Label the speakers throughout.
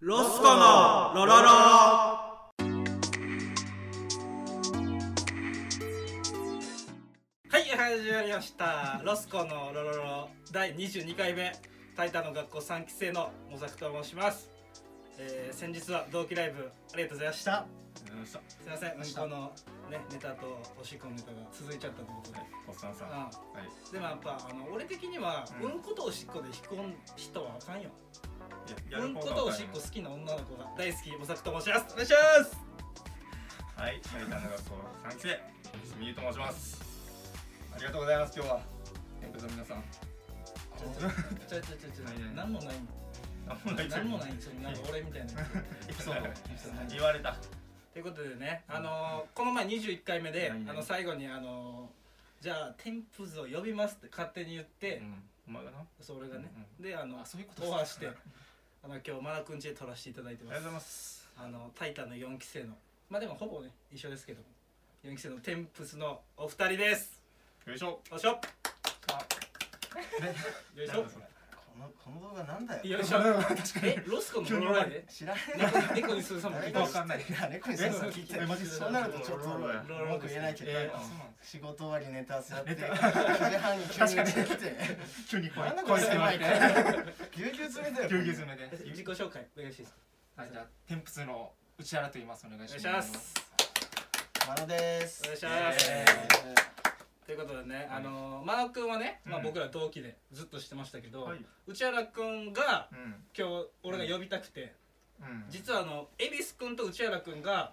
Speaker 1: ロスコのロロロ
Speaker 2: はい、始まりました。ロスコのロロロ第22回目、タイタンの学校3期生のモザクと申します。えー、先日は同期ライブありがとうございました。すいません、向こうのねネタとおしっこのネタが続いちゃったということで。
Speaker 3: おっさんさん。
Speaker 2: あ
Speaker 3: はい。
Speaker 2: でもやっぱあの俺的には、う、
Speaker 3: うんん
Speaker 2: ことおしっこで引く人はあかんよ。
Speaker 3: いや
Speaker 2: うんことおしっこ好
Speaker 3: は
Speaker 2: きな女の子が大好きモザクと申します。お願いします。
Speaker 3: い。埼玉の学校三期生、すみゆと申します。ありがとうございます。今日は。えっと皆さん。
Speaker 2: ちょっとちょちょちょちょ
Speaker 3: 何々
Speaker 2: 何もないん
Speaker 3: あもう泣いちゃう
Speaker 2: 何もないんちょなんか俺みたいなやつエピソードエピソードない
Speaker 3: 言われた。
Speaker 2: ということでね、あのーこの前21回目で、
Speaker 3: 何々
Speaker 2: あの最後に、あのーじゃあ天風図を呼びますって勝手に言って、
Speaker 3: うん。お前がな。あ
Speaker 2: それがね、
Speaker 3: うん
Speaker 2: であの
Speaker 4: あそういうこと
Speaker 2: オファーしてあの今日マナくんちで撮らせていただいて
Speaker 3: り
Speaker 2: ま
Speaker 3: がとう
Speaker 2: す
Speaker 3: ご
Speaker 2: あ
Speaker 3: ざいます。
Speaker 2: のタイタンの4期生のまあでもほぼね一緒ですけど4期生の天風図のお二人です
Speaker 3: よいしょ。
Speaker 2: よい しょ
Speaker 3: よ
Speaker 2: い しょ
Speaker 4: このこの動画なんだよ。
Speaker 2: よいしょえロスコのロロロイで
Speaker 4: 知らねえよ。
Speaker 2: 猫猫にするさも聞いて
Speaker 3: わ
Speaker 2: ます
Speaker 3: かんない。
Speaker 4: いや猫にそんなの聞いて
Speaker 3: えマジっすか
Speaker 4: そうなるとちょっと
Speaker 3: ロロや
Speaker 2: ロロロ
Speaker 4: 文句言えないけど、
Speaker 2: えー
Speaker 3: あそうなんです
Speaker 4: 仕事終わりネタすらって
Speaker 3: ネタ
Speaker 4: 9時半に急に 来て
Speaker 3: 急に声
Speaker 4: なんだこ
Speaker 3: 声
Speaker 4: れ
Speaker 3: つけ
Speaker 4: 狭
Speaker 3: まれ
Speaker 4: い
Speaker 3: て
Speaker 4: か。ぎゅうぎゅう詰めだよ
Speaker 3: ぎゅうぎゅう詰めで。
Speaker 2: 自己紹介お願いします
Speaker 5: はい、じゃあ、天仏の内原と言います。お願い
Speaker 2: お
Speaker 5: し
Speaker 2: 願
Speaker 5: ま
Speaker 2: い
Speaker 5: す。
Speaker 2: します
Speaker 4: マロです
Speaker 2: お願いします
Speaker 4: え
Speaker 2: ということでね、
Speaker 3: はい
Speaker 2: あのー、マー君はね、まあ、
Speaker 3: うん
Speaker 2: 僕ら同期でずっとしてましたけど、
Speaker 3: はい。
Speaker 2: 内原君が
Speaker 3: うん。
Speaker 2: 今日俺が呼びたくて、
Speaker 3: うん。
Speaker 2: 実はあの恵比寿君と内原君が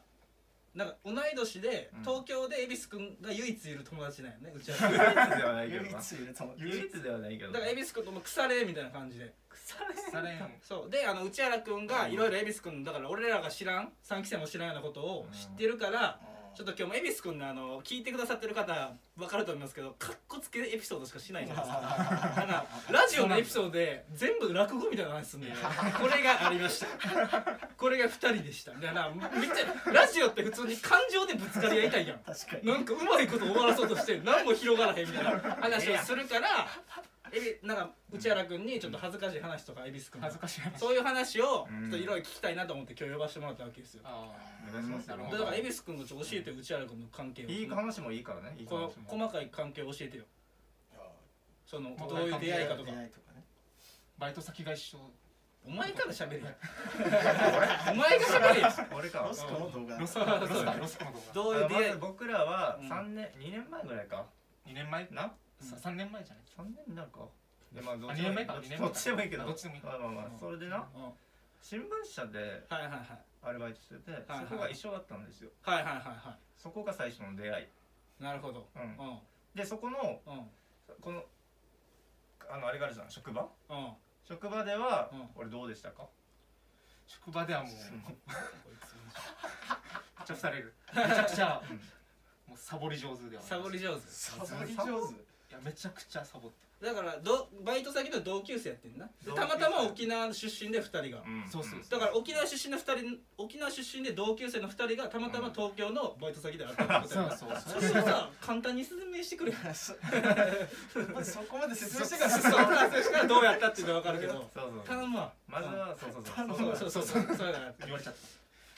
Speaker 2: なんか同い年で、
Speaker 3: うん
Speaker 2: 東京で恵比寿君が唯一いる友達なんよね内原君
Speaker 3: 唯一ではないけ
Speaker 4: 唯
Speaker 3: どな。
Speaker 4: 一いると思う
Speaker 3: 唯一ではないけど
Speaker 2: だ
Speaker 3: な。
Speaker 2: から恵比寿君とも腐れみたいな感じで
Speaker 5: 腐れん。
Speaker 2: そうであの内原君がいろいろ恵比寿君だから俺らが知らん3期生も知らんようなことを知ってるから、ちょっと今日も恵比寿君のあの聞いてくださってる方分かると思いますけどかっこつけエピソードしかしないじゃないですかなんかラジオのエピソードで全部落語みたいな話すんだよこれがありましたこれが2人でしたみたいなめっちゃラジオって普通に感情でぶつかり合いたいやん
Speaker 4: 確かに
Speaker 2: なんかうまいこと終わらそうとして何も広がらへんみたいな話をするからえなんか内原君にちょっと恥ずかしい話とか恵比寿君の
Speaker 5: 恥ずかしい話。
Speaker 2: そういう話をちょっといろいろ聞きたいなと思って今日呼ばせてもらったわけですよ
Speaker 5: あ
Speaker 3: お願いしますよ。
Speaker 5: なるほ
Speaker 2: だ
Speaker 5: ど
Speaker 2: から恵比寿君がちょっと教えてよ内原君の関係を
Speaker 3: いい話もいいからね。いい話
Speaker 2: こ
Speaker 3: も
Speaker 2: の。細かい関係を教えてよそのどういう出会いかとか
Speaker 4: 出会いとかね
Speaker 5: バイト先が一緒。
Speaker 2: お前から喋 れよお前が喋れよ
Speaker 3: 俺か
Speaker 4: ロ。スコの動画
Speaker 5: ロスコロスだ、ロスコの動
Speaker 2: ど
Speaker 5: 画。
Speaker 2: ういう出
Speaker 3: ま
Speaker 2: 会い
Speaker 3: ず僕らは
Speaker 2: うん
Speaker 3: 三年、二年前ぐらいか。
Speaker 5: 二年前、
Speaker 3: な
Speaker 5: さ三年前じゃない。
Speaker 3: 三年になるか。でまあど
Speaker 5: あ二年前か
Speaker 3: どっち
Speaker 5: 二年
Speaker 3: ど
Speaker 5: 前
Speaker 3: っちでもいいけど。
Speaker 5: どっちでもいい
Speaker 3: まあまあまあ
Speaker 2: うん
Speaker 3: それでな
Speaker 2: うんは
Speaker 3: 新聞社で
Speaker 2: いはいはい
Speaker 3: アルバイトしてて、
Speaker 2: はい
Speaker 3: そこが一緒だったんですよ。
Speaker 2: はいはいはいは
Speaker 3: そこが最初の出会い。
Speaker 2: いなるほど
Speaker 3: う
Speaker 2: うん
Speaker 3: ん。
Speaker 2: うん
Speaker 3: でそこの
Speaker 2: うん
Speaker 3: このあのあれがあるじゃん職場。
Speaker 2: こ
Speaker 3: 職場では、
Speaker 2: うん
Speaker 3: 俺どうでしたか。
Speaker 5: 職場ではもう、め
Speaker 2: い
Speaker 5: っちゃ腐れる。めちゃくちゃ
Speaker 3: うん、
Speaker 5: もうサボり上手では
Speaker 2: つサボり上手
Speaker 4: サボり上手
Speaker 5: いや、めちゃくちゃサボって。
Speaker 2: だからどバイト先の同級生やってんなで
Speaker 3: 同級
Speaker 2: た
Speaker 3: 生
Speaker 2: またま沖縄出身で2人が
Speaker 3: ん
Speaker 5: そうそうそ
Speaker 2: だから沖縄出身の2人沖縄出身で同級生の2人がたまたま東京のバイト先で会ったってことやな
Speaker 5: そうそう
Speaker 2: それをさ簡単に説明してくれ
Speaker 4: そまずそこまで説明してから
Speaker 2: そうそうしたらどうやったっていうのは分かるけど
Speaker 3: そうそうそう。
Speaker 2: 頼むわ
Speaker 3: まずはそうそうそう。
Speaker 2: そうそうそうそうそうだな
Speaker 3: 言われちゃった。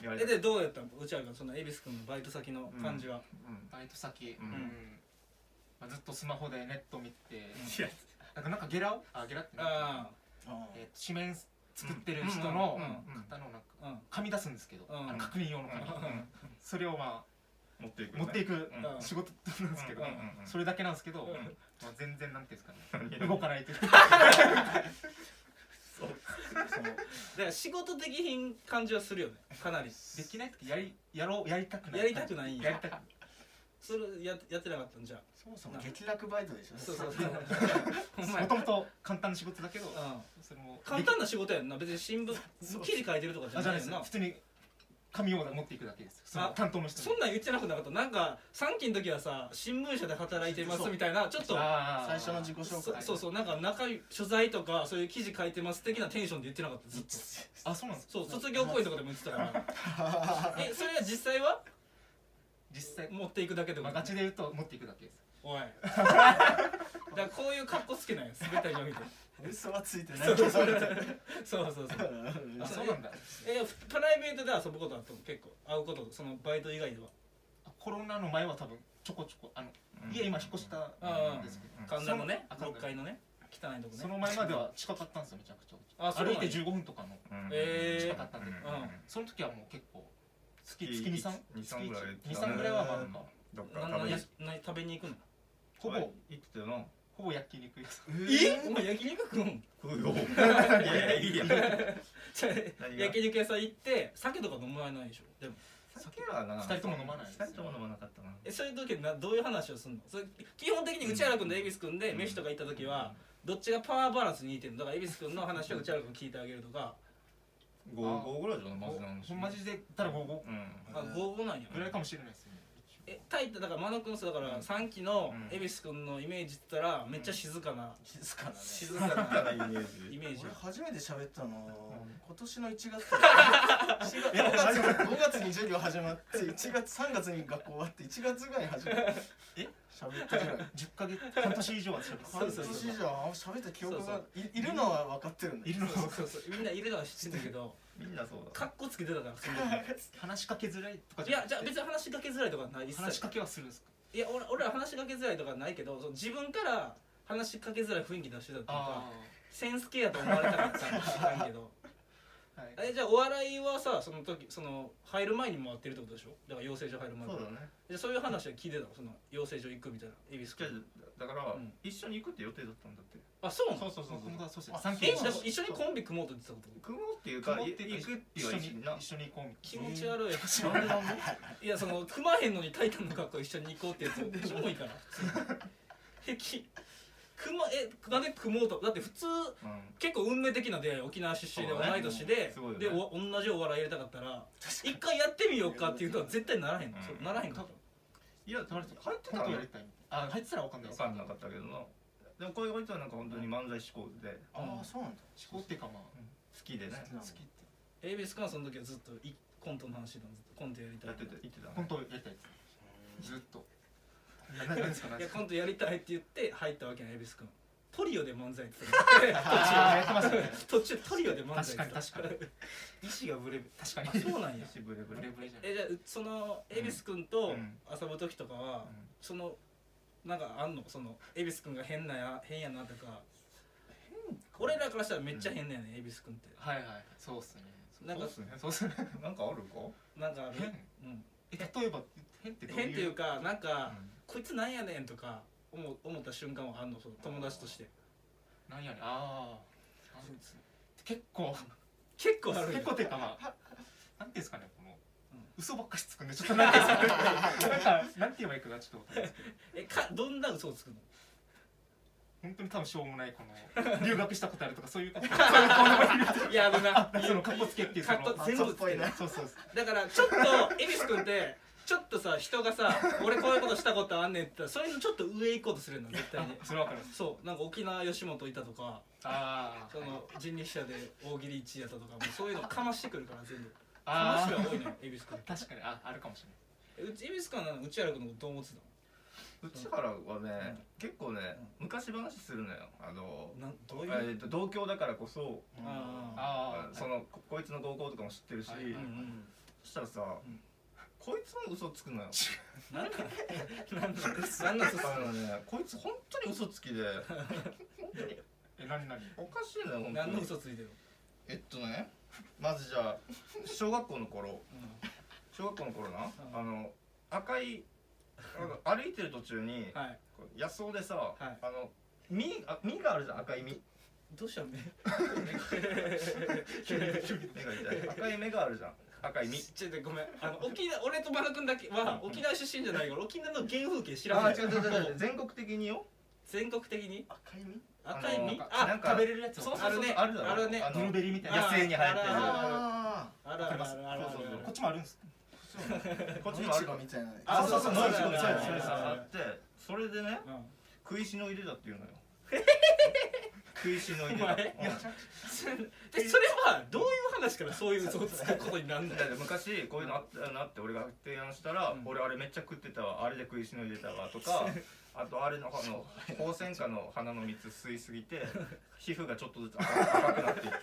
Speaker 3: 言われ
Speaker 2: え
Speaker 3: ちゃっ
Speaker 2: でどうやったのうちらがその恵比寿君のバイト先の感じは、
Speaker 3: た。うん
Speaker 5: バイト先。
Speaker 3: うん
Speaker 5: うんまあずっとスマホでネット見て、
Speaker 3: いや
Speaker 5: なんかなんかゲラをあ、ゲラってなんか
Speaker 2: あ
Speaker 5: えー紙面作ってる人の
Speaker 2: うんうん
Speaker 3: うんうん
Speaker 5: 方のなんか
Speaker 2: あうん
Speaker 5: 紙出すんですけど、
Speaker 2: うん
Speaker 5: あの確認用の紙、
Speaker 3: うん
Speaker 5: それをま
Speaker 3: 持っていく
Speaker 5: あ
Speaker 3: ね。
Speaker 5: 持っていく
Speaker 3: うん
Speaker 2: うん
Speaker 5: 仕事なんですけど、
Speaker 3: うんうんうん
Speaker 5: それだけなんですけど、
Speaker 2: うん
Speaker 5: まあ、全然なんていうんですか ね
Speaker 3: 何
Speaker 5: 動かないというか
Speaker 2: だから仕事的品感じはするよねかなり
Speaker 5: できない時やり やろうやりたくない
Speaker 2: やりたくないんや
Speaker 5: やりたくない
Speaker 2: それややってなかったんじゃ
Speaker 4: そもそも激楽バイトでしょ
Speaker 2: そう そうそうお前
Speaker 5: もともと簡単な仕事だけど、
Speaker 2: うん
Speaker 5: それも
Speaker 2: 簡単な仕事やんな別に新聞
Speaker 4: そう
Speaker 2: 記事書いてるとかじ
Speaker 5: あ
Speaker 2: ゃ
Speaker 5: じゃ
Speaker 2: な
Speaker 5: ない
Speaker 2: よ
Speaker 5: いです
Speaker 2: な
Speaker 5: 普通に紙を持っていくだけですその
Speaker 2: あ
Speaker 5: 担当の人
Speaker 2: そんなん言ってなくなかったなんか3期の時はさ新聞社で働いてますみたいなちょっと
Speaker 4: 最
Speaker 5: 最
Speaker 4: 初の自己
Speaker 2: そ
Speaker 4: 紹介
Speaker 2: そうそうなんか中身所在とかそういう記事書いてます的なテンションで言ってなかったずっと
Speaker 5: あそうなんですか
Speaker 2: そう卒業公演とかでも言ってたからえそれは実際は
Speaker 5: 実際、
Speaker 2: 持っていくだけでも
Speaker 5: まあ、ガチで言うと持っていくだけです
Speaker 2: おいだからこういう格好つけないよ滑ったりを見て
Speaker 4: 嘘はついてない
Speaker 2: そうそうそうそうそうそう
Speaker 5: あそうなんだ
Speaker 2: えプライベートで遊ぶことあっても結構会うことそのバイト以外では
Speaker 5: あコロナの前は多分ちょこちょこあの家今引っ越したんですけど、
Speaker 3: うん
Speaker 2: 神田のね
Speaker 5: その
Speaker 2: 6階のね汚いとこ
Speaker 5: そ
Speaker 2: ね
Speaker 5: の前までは近かったんですよめちゃくちゃ
Speaker 2: あそうな
Speaker 5: 歩
Speaker 2: ん
Speaker 5: い
Speaker 2: や
Speaker 5: て15分とかの
Speaker 2: えー
Speaker 5: 近かったんで、
Speaker 2: うん
Speaker 5: その時はもう結構月
Speaker 3: 月
Speaker 5: 月23月
Speaker 3: 二三ぐらいは行ってたね
Speaker 5: 23ぐらいはまあまあ
Speaker 3: どっか
Speaker 2: な
Speaker 3: 食
Speaker 2: な
Speaker 3: べ
Speaker 2: や
Speaker 3: に
Speaker 2: な食べに行くの
Speaker 5: ほぼ
Speaker 3: 行ってたよな
Speaker 5: ほぼ焼肉屋さん
Speaker 2: えお前焼肉 食うん
Speaker 3: 食うよいやいやいや
Speaker 2: じゃあ
Speaker 3: 何が
Speaker 2: 焼肉屋さん行って酒とか飲まないでしょでも
Speaker 3: 酒はな
Speaker 5: 二人とも飲まない
Speaker 3: 二人とも飲まなかったな
Speaker 2: えそういう時などういう話をするのそれ基本的に内原君と恵比寿君で飯とか行った時は、どっちがパワーバランスに似てるのだから恵比寿君の話を内原君聞いてあげるとか、
Speaker 3: 五五ぐらいじゃないマジな話
Speaker 5: ほんまじで言ったら午後
Speaker 3: うん
Speaker 2: あ合合なんや
Speaker 5: ぐらいかもしれないですね
Speaker 2: えタイってだからマノ君さだから3期の恵比寿君のイメージって言ったらめっちゃ静かな、
Speaker 4: 静かだね
Speaker 2: 静かな
Speaker 3: イメー
Speaker 2: イ
Speaker 3: ジ
Speaker 2: メー ジ
Speaker 4: 俺初めて喋ったの
Speaker 5: うん
Speaker 4: 今年の1月だよ 5月5月に授業始まって1月3月に学校終わって1月ぐらいに始まって
Speaker 5: え
Speaker 4: 喋ったぐらい
Speaker 5: 10ヶ月半年以上は違う
Speaker 2: そうそう
Speaker 4: 半年以上あんま喋った記憶
Speaker 2: そう
Speaker 4: がいいるのは分かってるんだ
Speaker 5: いるの
Speaker 2: そうそうそうみんないるのは知ってるけど
Speaker 3: みんなそうだ
Speaker 2: カッコつけてたからその
Speaker 5: 話しかけづらいとか
Speaker 2: 時い
Speaker 5: じゃな
Speaker 2: や
Speaker 5: く
Speaker 2: じ
Speaker 5: て
Speaker 2: ゃあ別に話しかけづらいとかない一
Speaker 5: 話し
Speaker 2: 切
Speaker 5: かけはするんですか
Speaker 2: いや俺俺は話しかけづらいとかないけどその自分から話しかけづらい雰囲気出してたっていうか
Speaker 5: あ
Speaker 2: センス系やと思われたかったかもしらんけど
Speaker 5: あはい
Speaker 2: えじゃあお笑いはさその時その入る前に回ってるってことでしょだから養成所入る前
Speaker 3: そ
Speaker 2: に
Speaker 3: うだね
Speaker 2: でそういう話は聞いてたのその養成所行くみたいな恵比寿
Speaker 3: じゃだから
Speaker 2: うん
Speaker 3: 一緒に行くって予定だったんだって
Speaker 2: あそうなの
Speaker 3: うそう
Speaker 5: 僕もそうです
Speaker 4: あ
Speaker 5: 三
Speaker 2: えだ
Speaker 5: 軒一
Speaker 2: から
Speaker 5: 緒に
Speaker 2: 一緒にコンビ組もうと言ってたこと
Speaker 3: 組もうっていうかい
Speaker 5: 行
Speaker 3: 行くっていうは一緒にな
Speaker 5: 一緒に行こうみた
Speaker 2: 気
Speaker 5: い
Speaker 2: 持ち悪い、いやその組まへんのにタイタンの格好一緒に行こうってやつキモいから普通にえき組まえなんで組もうとだって普通
Speaker 3: うん
Speaker 2: 結構運命的な出会い沖縄出身で
Speaker 3: そう
Speaker 2: 同
Speaker 3: だね
Speaker 2: い年で、
Speaker 3: すごいよね
Speaker 2: でお同じお笑いやりたかったら一回やってみようかっていうのは絶対ならへんの、
Speaker 3: うん
Speaker 2: そうならへんかっ
Speaker 3: いや
Speaker 5: な
Speaker 3: 入
Speaker 5: 友達と
Speaker 3: ってた
Speaker 5: コン
Speaker 3: ら
Speaker 5: トやりたいみたいなあ入ってたらわかん
Speaker 3: 分
Speaker 5: ないです
Speaker 3: かんなかったけどなでもこういう人はなんか本当に漫才志向で
Speaker 4: ああそうなんだ
Speaker 5: 思考っていうかまあ
Speaker 3: 好きでね
Speaker 4: 好
Speaker 5: 好きって
Speaker 2: た ABS カンその時はずっといコントの話だずっとコントやりたい
Speaker 3: やってて言ってた
Speaker 5: コン
Speaker 3: ね
Speaker 5: トやりたいですずっといやなんですかなん
Speaker 2: い
Speaker 5: で
Speaker 2: や
Speaker 5: すか
Speaker 2: コントやりたいって言って入ったわけね ABS 君トリオで漫才やって
Speaker 5: あーやってますよね
Speaker 2: た途中トリオで漫才や
Speaker 5: 確か
Speaker 2: って
Speaker 5: に
Speaker 2: た
Speaker 5: 確かに
Speaker 2: 意志がぶれる
Speaker 5: 確かに
Speaker 2: あそうなんや
Speaker 3: 一ブレブ
Speaker 5: ブ
Speaker 3: レ
Speaker 5: レブレじゃない
Speaker 2: えじゃあその恵比寿君と
Speaker 3: うん
Speaker 2: 遊ぶ時とかは、
Speaker 3: うん
Speaker 2: そのなんかあんのその恵比寿君が変なや変やなとか俺らからしたらめっちゃ変だよね恵比寿君って
Speaker 5: はいはいはいそうっすね
Speaker 2: なんか
Speaker 3: そうっすね
Speaker 5: そうっすね
Speaker 3: なんかあるか
Speaker 2: なんかある
Speaker 5: 変
Speaker 2: うん
Speaker 5: え例えば変ってどういう
Speaker 2: 変っていうかなんか、
Speaker 3: うん
Speaker 2: こいつなんやねんとか思思った瞬間はあんのその友達として
Speaker 5: なんやねんああ結構
Speaker 2: 結構あるよ
Speaker 5: 結構っていうかまあなんていうんですかねこの
Speaker 2: うん
Speaker 5: 嘘ばっかしつくんでちょっとなんていうんですかねなんかなんて言えばいいかなちょっとわかんないですけ
Speaker 2: え
Speaker 5: ど
Speaker 2: かどんな嘘をつくの
Speaker 5: 本当に多分しょうもないこ の留学したことあるとかそういうこと
Speaker 2: いやあのな
Speaker 5: そのカッコつけっていうその
Speaker 2: かっこ
Speaker 5: あ
Speaker 2: 全部つける
Speaker 5: そうそうそう
Speaker 2: だからちょっと恵比寿君ってちょっとさ人がさ俺こういうことしたことあんねんって言ったらそれのちょっと上行こうとするの絶対に
Speaker 5: それわかります
Speaker 2: そうなんか沖縄吉本いたとか
Speaker 5: あ
Speaker 2: その人力車で大喜利1位やったとかもうそういうのかましてくるから全部
Speaker 5: あ
Speaker 2: かまし
Speaker 5: ー
Speaker 2: が多いのよ恵比寿君
Speaker 5: 確かにああるかもしれな
Speaker 2: えうち恵比寿君は内原君のことどう思ってた
Speaker 3: 内原はね結構ね昔話するのよあの
Speaker 2: のなんどういう
Speaker 3: えーと同郷だからこそ
Speaker 2: あ
Speaker 5: い
Speaker 2: あ
Speaker 5: ああ
Speaker 3: そのここいつの高校とかも知ってるし
Speaker 5: はい
Speaker 2: うんうん
Speaker 3: そしたらさ
Speaker 2: うん
Speaker 3: こいつも嘘つくのよ
Speaker 2: なんなんなんなんなんなん
Speaker 3: あのねこいつ本当に嘘つきで本当に
Speaker 5: え何何
Speaker 3: おかしいのよ本当
Speaker 2: 何の
Speaker 3: に
Speaker 2: 嘘ついてる
Speaker 3: えっとねまずじゃあ小学校の頃
Speaker 2: の
Speaker 3: 小学校の頃な、
Speaker 2: うん
Speaker 3: あの赤いあの歩いてる途中に
Speaker 2: うんはい
Speaker 3: こう野草でさ、
Speaker 2: い
Speaker 3: あの実あ実があるじゃん赤い実
Speaker 2: どうしたのね
Speaker 3: 目が痛い赤い目があるじゃん赤い実
Speaker 2: ちょっとごめんあの沖縄俺とバラ君だけは
Speaker 3: うん
Speaker 2: 沖縄出身じゃないから沖縄の原風景知らな
Speaker 3: あ
Speaker 2: い
Speaker 3: ー違う違う違う違う全国的によ
Speaker 2: 全国的に
Speaker 4: 赤い実
Speaker 2: 赤い実
Speaker 3: あ
Speaker 2: あ
Speaker 3: なんか
Speaker 5: 食べれるやつ
Speaker 2: そう
Speaker 5: を
Speaker 2: あるね
Speaker 3: あるだろ
Speaker 2: あるね
Speaker 3: あ
Speaker 5: ブ
Speaker 3: の
Speaker 5: ルーベリーみたいな
Speaker 2: あ
Speaker 3: 野生に生えてる
Speaker 2: あ
Speaker 4: あ
Speaker 2: あるあるあるあるある
Speaker 3: そうそう
Speaker 5: こっちもあるんです
Speaker 3: こっ
Speaker 4: あ
Speaker 3: ちもあ
Speaker 4: 市
Speaker 3: る
Speaker 4: 場みたいな
Speaker 2: あそうそう
Speaker 3: そう
Speaker 2: そう
Speaker 3: そうそう
Speaker 2: そう
Speaker 3: そう
Speaker 2: そう
Speaker 3: あってそれでね
Speaker 2: うん
Speaker 3: 食いしの入れだっていうのよ食いしのいで
Speaker 2: お前
Speaker 3: うん
Speaker 2: いやでそれはどういう話からそういう嘘をつくことになるんだ
Speaker 3: だっ
Speaker 2: よ
Speaker 3: て昔こういうのあったなって俺が提案したら、
Speaker 2: うん
Speaker 3: 俺あれめっちゃ食ってたわあれで食いしのいでたわとかあとあれのあのホウセンカの花の蜜吸いすぎて皮膚がちょっとずつ赤赤くなっていく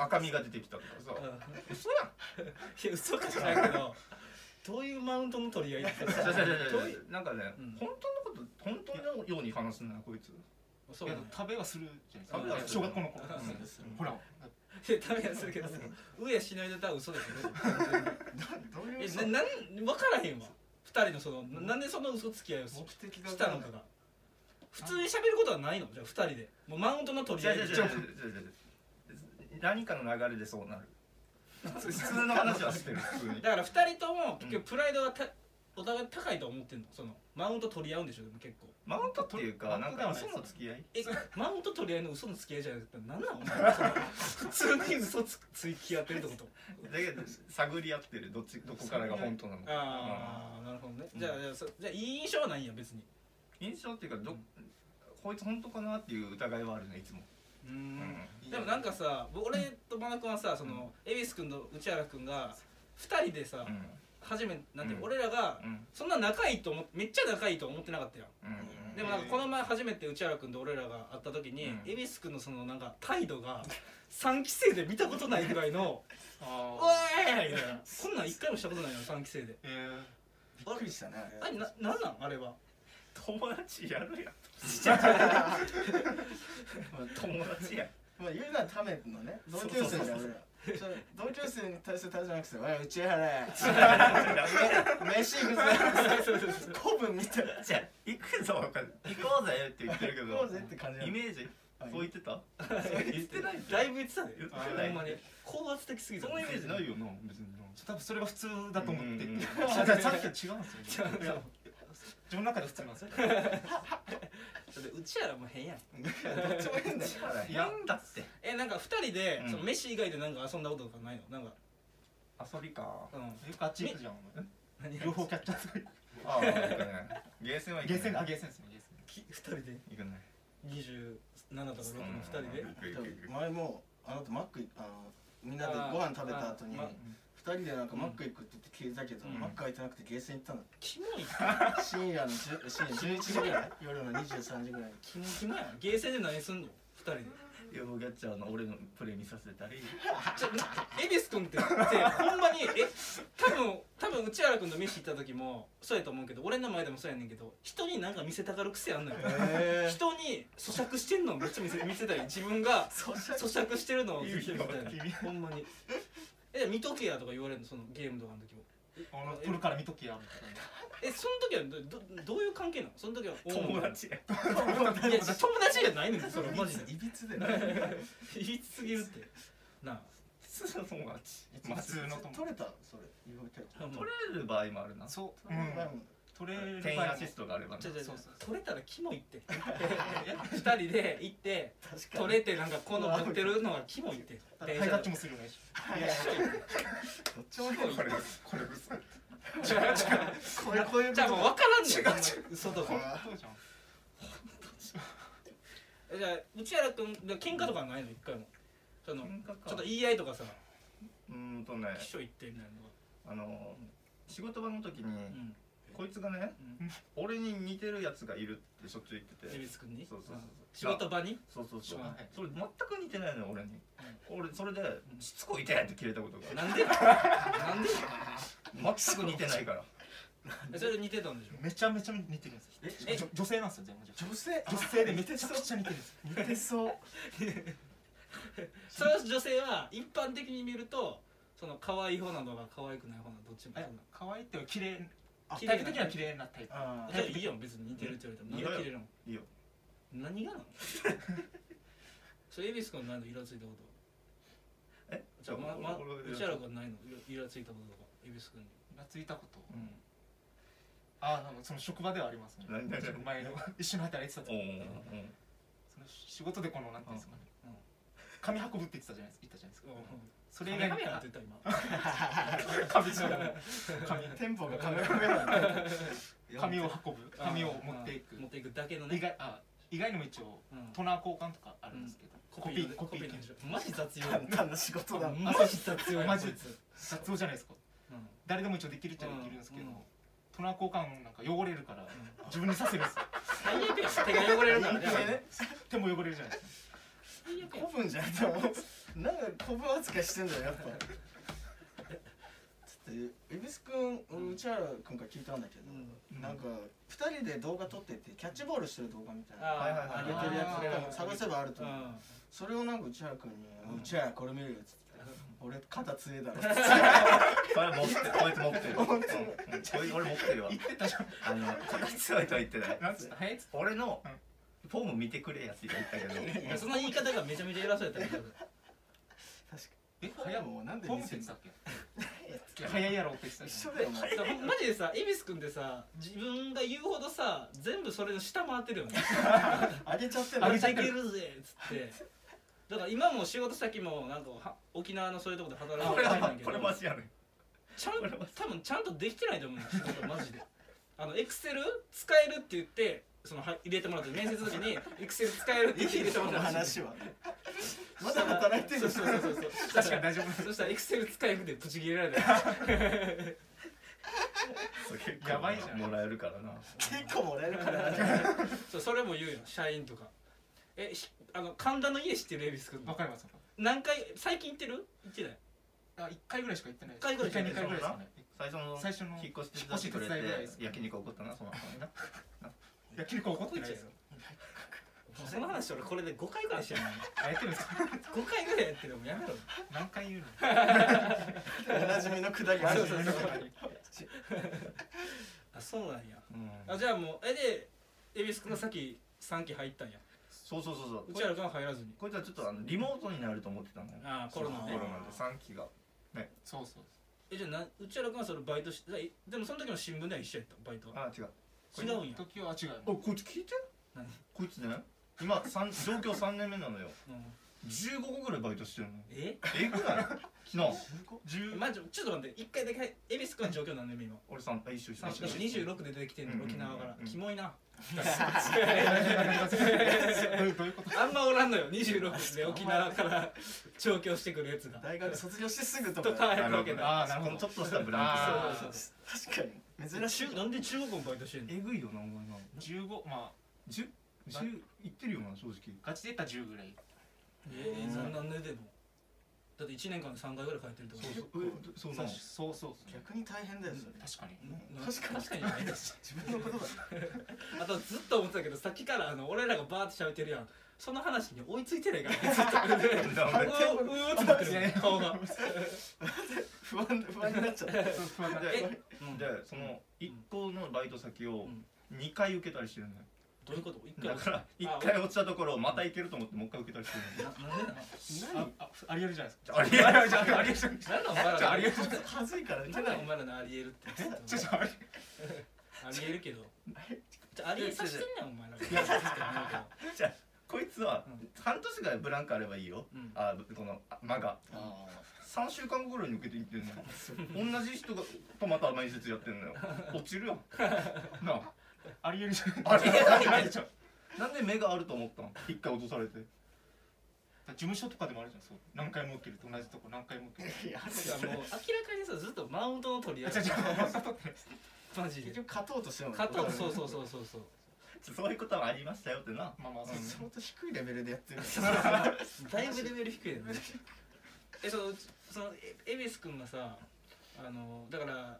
Speaker 3: 赤みが出てきたとかさ
Speaker 2: うん
Speaker 3: 嘘や
Speaker 2: い
Speaker 3: ん
Speaker 2: や嘘かしらんけどどういうマウントの取り合いって
Speaker 3: じゃじゃじゃ
Speaker 2: どうい
Speaker 3: じゃなんかね、
Speaker 2: うん
Speaker 3: 本当のこと本当のように話すんだなこいつ
Speaker 2: そう
Speaker 5: い
Speaker 2: ね
Speaker 5: や食べはするじゃ
Speaker 3: 食べ
Speaker 5: な
Speaker 3: はいす
Speaker 5: です
Speaker 3: る
Speaker 5: か小学校の頃
Speaker 3: うん
Speaker 5: ほら
Speaker 2: いやダメやするけどさ上しのいでたら嘘ですよね
Speaker 4: どう
Speaker 2: え
Speaker 4: いう
Speaker 2: ななん分からへんわ2人のそのななんでその嘘つき合いをし
Speaker 4: 目的が
Speaker 2: したのかが普通に喋ることはないのじゃあ2人でもうマウントの取り
Speaker 3: じゃ
Speaker 2: 合い
Speaker 3: じゃ
Speaker 2: で
Speaker 3: じゃじゃ何かの流れでそうなる普通の話はしてる普通に
Speaker 2: だから2人とも結局プライドがた、お互い高いと思ってんのそのマウント取り合うんでしょでも結構
Speaker 3: マウントっていうかなんか嘘の付き合い
Speaker 2: えマウント取り合いの嘘の付き合いじゃなくて何なのお前その普通に嘘つつき合ってるってこと
Speaker 3: だけど探り合ってるどっちどこからが本当なのか
Speaker 2: ああなるほどねじゃあじゃあそじゃあいい印象はないんや別に
Speaker 3: 印象っていうかど、こいつ本当かなっていう疑いはあるねいつも、
Speaker 2: う
Speaker 3: うん
Speaker 2: でもなんかさ俺と真君はさその恵比寿君と内原君が2人でさ、
Speaker 3: うん
Speaker 2: 初めなんて、
Speaker 3: うん
Speaker 2: 俺らが
Speaker 3: うん
Speaker 2: そんな仲いいと思っめっちゃ仲いいと思ってなかったやん
Speaker 3: うん
Speaker 2: でもなんかこの前初めて内原君と俺らが会った時に
Speaker 3: うん
Speaker 2: 恵比寿君のそのなんか態度が3期生で見たことないぐらいの「お
Speaker 5: あ
Speaker 2: ーい!」みたいなこんなん一回もしたことないの3期生で
Speaker 5: えー
Speaker 4: びっくりしたね
Speaker 2: あれななんなんあれ は
Speaker 3: 友達やるやん 友達やん
Speaker 4: まあ言うならためのね同級生だ俺らそれ同級生に対する対じゃなくて「おい内原飯ぐず古文みたいな
Speaker 3: じゃあ行くぞ行こうぜって言ってるけ
Speaker 4: 行こ
Speaker 3: ど
Speaker 4: うぜって感じな
Speaker 3: イ
Speaker 4: の
Speaker 3: メージそう言ってた言ってない
Speaker 2: だいぶ言ってたで
Speaker 3: 言って
Speaker 2: ほ
Speaker 3: ない
Speaker 2: んまに高圧的すぎた
Speaker 3: そのイメージないよな別にな
Speaker 5: 多分それが普通だと思っ
Speaker 3: う
Speaker 5: て
Speaker 3: んうんうん
Speaker 5: てあじゃあさっきと違うんですよ ねいや自分の中で普通なんですよ
Speaker 2: だって内原も変やん
Speaker 4: どっちも変だよ
Speaker 3: 変だって
Speaker 2: えなんか2人で
Speaker 3: うん
Speaker 2: その飯以外でなんか遊んだこととかないのなんか
Speaker 3: 遊びか
Speaker 2: うん
Speaker 5: よくあっち行くじゃん
Speaker 2: 何
Speaker 5: 両方キャッチャーする
Speaker 3: ああ行かないゲーセンは行
Speaker 5: ゲ
Speaker 3: か
Speaker 5: ーセン
Speaker 3: な
Speaker 5: あ
Speaker 3: い
Speaker 5: ゲーセンですねゲーセン
Speaker 2: き二人で
Speaker 3: 行かない
Speaker 2: 27とか6の2人で
Speaker 3: うん行く行く行く
Speaker 4: 前もあなたマックあのみんなでご飯食べた後に
Speaker 2: あーま
Speaker 4: 二人でなんかマック行くって言って消えたけど、
Speaker 2: うん
Speaker 4: マック開いてなくてゲーセン行ったの
Speaker 2: キモい
Speaker 4: 深夜の10深夜11時ぐらい夜の23時ぐらい
Speaker 2: キモキモやんゲーセンで何すんの2人で
Speaker 3: ヨボキャッチャーの俺のプレイ見させたり
Speaker 2: ちょ恵比寿君ってってほんまにえ多分多分内原君と飯行った時もそうやと思うけど俺の前でもそうやねんけど人になんか見せたがる癖あんのよ
Speaker 4: え
Speaker 2: 人に咀嚼してんのをめっちゃ見せ見せたり自分が咀嚼してるのを見せたりほんまにえ見とけやとか言われるのそのゲームとかの時も
Speaker 5: あの撮るから見ときやみたいな
Speaker 2: えその時はどどどういう関係なのその時は
Speaker 3: 友達や
Speaker 2: いや友達じゃないねんそれマジで
Speaker 4: いびつだよね
Speaker 2: 言いすぎるってなあ
Speaker 3: 普通の友達
Speaker 5: 普通の友
Speaker 4: 取れたそれ言われて
Speaker 2: 取
Speaker 3: 取れる場合もあるな
Speaker 5: そう、うん、
Speaker 4: う
Speaker 5: 取れる
Speaker 3: 店員
Speaker 5: 場合
Speaker 3: ア
Speaker 5: も
Speaker 3: シストがあればな
Speaker 2: れ
Speaker 5: そうそう
Speaker 2: 取れたらキモいって 二人で行って
Speaker 4: 確かに
Speaker 2: 取れてなんかこの持ってるのがキモいって
Speaker 5: 買い立ちもするよね
Speaker 4: いやいや どっちも変
Speaker 3: これこれ嘘
Speaker 2: じゃ
Speaker 4: こういうこういう
Speaker 2: あもう分からんねん嘘とか
Speaker 5: そうじゃん
Speaker 2: じゃあ内原君喧嘩とかないの一回もその
Speaker 3: 喧嘩か
Speaker 2: ちょっと言い合いとかさ
Speaker 3: うーんとね
Speaker 2: 秘書行ってみたいなのが
Speaker 3: あの仕事場の時に
Speaker 2: うん
Speaker 3: こいつがね
Speaker 2: うん
Speaker 3: 俺に似てるやつがいるってしょっちゅう言って
Speaker 2: 恵
Speaker 3: て
Speaker 2: 比寿君に
Speaker 3: そうそうそう
Speaker 2: うん仕事場に
Speaker 3: そうそうそう
Speaker 2: はい
Speaker 3: それ全く似てないのよ俺に俺それでしつこいてって切れたことが
Speaker 2: なんでなんで
Speaker 3: 全く似てないから
Speaker 2: えそれ似てたんでしょ
Speaker 5: めちゃめちゃ似てるんですよ
Speaker 2: え
Speaker 5: 女女性なんですよ全部
Speaker 4: 女性
Speaker 5: 女性でめちゃくちゃ似てるんです
Speaker 4: 似てそう
Speaker 2: その女性は一般的に見るとその可愛い方なのか可愛くない方なのかどっちもそん
Speaker 5: え
Speaker 2: な
Speaker 5: 可愛いっていうか綺麗
Speaker 4: あ
Speaker 5: タイプ的には綺麗なタイプ
Speaker 4: あ
Speaker 2: じゃあいいやん別に似てるって言われたら何が切れるの
Speaker 3: いいよ
Speaker 2: 何がなのそれ恵比寿君ないのイラついたこと
Speaker 3: え
Speaker 2: じゃあ、まま、
Speaker 3: 俺
Speaker 2: 内原君ないのイライラついたこととか恵比寿君に
Speaker 5: がついたこと
Speaker 3: うん
Speaker 5: ああなんかその職場ではありますね
Speaker 3: 何々
Speaker 5: 前の一緒に働いてた
Speaker 3: おうお
Speaker 5: 時
Speaker 3: う
Speaker 5: その仕事でこのなんていうんですかね
Speaker 2: うん
Speaker 5: 紙運ぶって言ってたじゃないですか言ったじゃないですか
Speaker 2: そ
Speaker 5: それ
Speaker 2: れ
Speaker 5: 以
Speaker 2: が
Speaker 5: 外に
Speaker 2: 何やんって言った
Speaker 5: 紙じゃない
Speaker 4: 紙 テンポがカメラ目なんだ
Speaker 5: 紙を
Speaker 4: を
Speaker 5: 運ぶ
Speaker 2: 今
Speaker 5: 紙を持っていく
Speaker 2: 持っていくだけの
Speaker 5: 以
Speaker 2: ね
Speaker 5: 外あ以外にも一応
Speaker 2: うん
Speaker 5: トナー交換とかあるんですけど、
Speaker 2: コピー
Speaker 5: コ
Speaker 2: コ
Speaker 5: ピ
Speaker 2: ピ
Speaker 5: ー
Speaker 2: ー
Speaker 5: 研
Speaker 2: 研
Speaker 5: 修
Speaker 2: 修マジ雑用
Speaker 4: 簡単な仕事だ
Speaker 5: うん
Speaker 2: マジ雑用や
Speaker 5: マ
Speaker 2: マ
Speaker 5: ジ
Speaker 2: ジこいつ
Speaker 5: 雑用じゃないですか
Speaker 2: うん
Speaker 5: 誰でも一応できるっちゃできるんですけど、
Speaker 2: うんうん
Speaker 5: トナー交換なんか汚れるから自分にさせるんですよ
Speaker 2: 最悪や手が汚れるからね
Speaker 4: で ね
Speaker 5: 手も汚れるじゃないですか
Speaker 2: 最悪や
Speaker 4: 古文じゃんでもなんか古文扱いしてんだよやっぱだって恵比寿君俺内原君から聞いたんだけど、
Speaker 3: ん
Speaker 4: なんか2人で動画撮っててキャッチボールしてる動画みたいな
Speaker 3: はいはい
Speaker 4: あ
Speaker 3: は
Speaker 4: げ
Speaker 3: い
Speaker 4: てるやつ多分
Speaker 2: あー
Speaker 4: 探せばあると
Speaker 2: う
Speaker 4: 思う、
Speaker 2: ん
Speaker 4: それをなんか内原君に「
Speaker 2: うん
Speaker 4: 内原これ見るよ」っつって「俺肩強えだろ」
Speaker 3: それ持ってるこいつ持ってる
Speaker 4: 本
Speaker 3: うんうん俺持ってるわ
Speaker 5: 言ってたじゃん
Speaker 3: あの形強いとは言ってない
Speaker 5: 何つったはい
Speaker 3: 俺のフォーム見てくれやって言ったけど
Speaker 2: いやその言い方がめちゃめちゃ偉そうやったけど
Speaker 4: 確か
Speaker 5: え
Speaker 4: に
Speaker 5: 早
Speaker 4: 早もうなんで
Speaker 5: ホーム
Speaker 4: 見
Speaker 5: って
Speaker 4: せ
Speaker 5: 言っててたっけ早いやろって言ってた
Speaker 4: 一
Speaker 5: じ
Speaker 4: 緒
Speaker 5: ゃん
Speaker 4: だよもう
Speaker 2: だからマジでさ恵比寿君ってさ自分が言うほどさ全部それの下回ってるよね
Speaker 4: あげちゃって る
Speaker 2: あげていけるぜっつってだから今も仕事先もなんかは沖縄のそういうとこで働い
Speaker 3: こ
Speaker 2: て
Speaker 3: れ
Speaker 2: るんだ
Speaker 3: は
Speaker 2: け
Speaker 3: こ
Speaker 2: ど
Speaker 3: れマジやねん
Speaker 2: ちゃん
Speaker 3: これは
Speaker 2: 多分ちゃんとできてないと思うよ仕事マジであのエクセル使えるって言ってそのは入れてもらって面接の時 にエクセル使えるって言って入れても
Speaker 4: この
Speaker 2: らったらしい
Speaker 4: 話はまだ働いてる
Speaker 2: そうそ
Speaker 4: の
Speaker 2: うそうそう
Speaker 5: 確かに大丈夫
Speaker 2: そしたらエクセル使えなくてブチ切れられたよ
Speaker 3: そう結構
Speaker 5: やばいじゃん
Speaker 3: もらえるからな
Speaker 4: 結構もらえるからな
Speaker 2: そうそれも言うよ社員とかえひあの神田の家知ってる恵比寿君
Speaker 5: わかります
Speaker 2: 何回最近行ってる行ってない
Speaker 5: あ一回ぐらいしか行ってない
Speaker 2: 一回ぐらいしか
Speaker 5: 一
Speaker 2: 行っ
Speaker 5: 回2
Speaker 2: てな
Speaker 5: 回
Speaker 2: い
Speaker 3: 最
Speaker 5: ぐらいですかね
Speaker 3: 初の
Speaker 5: 最初の
Speaker 3: 引っ越し手
Speaker 5: 引っ
Speaker 3: 伝っ
Speaker 5: 越
Speaker 3: てく
Speaker 5: し手
Speaker 3: れ
Speaker 5: 伝いぐらいで
Speaker 3: て
Speaker 5: す
Speaker 3: 焼肉怒ったなその後にな
Speaker 5: 焼肉怒ってないですよ
Speaker 2: その話俺これで5回ぐらいしてる
Speaker 5: あやってるんですか
Speaker 2: 5回ぐらいやってるもうやめろ
Speaker 5: 何回言うの
Speaker 4: おなじみのくだりあるじゃん
Speaker 2: あそうなんや
Speaker 3: うん
Speaker 2: あじゃあもうえで恵比寿君がさっき3期入ったんや
Speaker 3: そうそうそうそうう
Speaker 2: ちら君は入らずに
Speaker 3: こいつはちょっとあのリモートになると思ってたのよ
Speaker 2: ああコロナ
Speaker 3: コ
Speaker 2: ね
Speaker 3: ロナで三期が
Speaker 5: そうそう
Speaker 2: えじゃあなうちら君はそれバイトしてえでもその時の新聞では一緒やったバイトは
Speaker 3: あ違う
Speaker 2: 違うんや、
Speaker 5: 時はあ違う
Speaker 3: おこいつ聞いて
Speaker 2: 何
Speaker 3: こいつね今三上京3年目なのよ
Speaker 2: うん、
Speaker 3: 15個ぐらいバイトしてるのよ
Speaker 2: え
Speaker 3: えぐない昨日
Speaker 2: え
Speaker 3: 10
Speaker 2: まあ、ちょちょっと待って一回だけはい恵比寿君の状況なんで今
Speaker 3: 俺3あ一緒一緒
Speaker 2: なんか26で出てきてんの沖縄か
Speaker 3: うん
Speaker 2: ら
Speaker 3: うんうん
Speaker 2: キモい な
Speaker 5: どういうどういうこと
Speaker 2: あんまおらんのよ26で沖縄から上京してくるやつが
Speaker 4: 大学卒業してすぐと
Speaker 2: とか
Speaker 4: か
Speaker 2: やるわけだ
Speaker 5: ああなる
Speaker 3: こ
Speaker 5: ほ
Speaker 3: の
Speaker 5: ど
Speaker 3: ちょっとしたブラン
Speaker 2: あー
Speaker 4: 確かに珍しい
Speaker 2: 中なんで中国のバイトしてん
Speaker 3: ク
Speaker 2: の
Speaker 3: スえぐいよなお前な
Speaker 5: 15まあ
Speaker 3: 10十いってるよな正直
Speaker 5: ガチで言ったら10ぐらい
Speaker 2: えー、そんなんででもだって1年間で3回ぐらい帰ってるってこと
Speaker 3: そ
Speaker 2: でしょ
Speaker 3: うそうえそうなの
Speaker 5: そうそう
Speaker 4: 逆に大変だよそれ
Speaker 5: 確かに
Speaker 2: な
Speaker 4: 確かに
Speaker 2: 確かにないです
Speaker 4: 自分のことだ
Speaker 2: あとずっと思ってたけどさっきからあの俺らがバーって喋ってるやんその話に追いついてないからねずっと
Speaker 3: ダメ
Speaker 2: うおうお ってなってる顔 が
Speaker 4: 不安不安になっちゃった
Speaker 3: で
Speaker 2: え、うんど
Speaker 3: でその1個のバイト先
Speaker 2: う
Speaker 3: を
Speaker 2: ん
Speaker 3: 2回受けたりしてるのよ
Speaker 2: ういうこと一回
Speaker 3: だ
Speaker 2: 落ちた
Speaker 3: から1回落ちたところをまた行けると思ってもう一回受けたりしてるのよ
Speaker 2: ななんでな
Speaker 4: 何
Speaker 5: あありえるじゃないですか
Speaker 3: ありえない
Speaker 5: ありえるじゃない
Speaker 2: なんなんお前ら
Speaker 5: じゃ
Speaker 2: の
Speaker 5: あありえる
Speaker 4: はずいから
Speaker 2: なんなんお
Speaker 4: ね
Speaker 2: 前らのありえるって言ってたの
Speaker 5: ちょっとあり
Speaker 2: ありえるけどじゃあありえさせてんねんお前ら
Speaker 3: やじゃあこいつは半年ぐらいブランクあればいいよ
Speaker 2: うん
Speaker 3: あこのあ間が
Speaker 4: あ
Speaker 3: 3週間後ぐらいに受けていってんのよ同じ人がとまた面接やってんのよ落ちるやんなあ
Speaker 5: ありえるじゃない
Speaker 3: あれ
Speaker 5: ありえるじゃん
Speaker 3: なんで目があると思ったの一回落とされて
Speaker 5: 事務所とかでもあるじゃんそう何回も受けると同じとこ何回も受ける
Speaker 4: ーいや
Speaker 2: だからもう明らかにさずっとマウントの取り合い
Speaker 5: じゃ
Speaker 2: マジ
Speaker 4: 結
Speaker 2: で
Speaker 4: 局勝とうとしても
Speaker 2: 勝ったのそうそうそうそうそう
Speaker 3: そういうことはありましたよってな
Speaker 5: まあまあ
Speaker 4: 相当低いレベルで やってる
Speaker 2: だいぶレベル低いよねえそのそのえ恵比寿君がさあのだから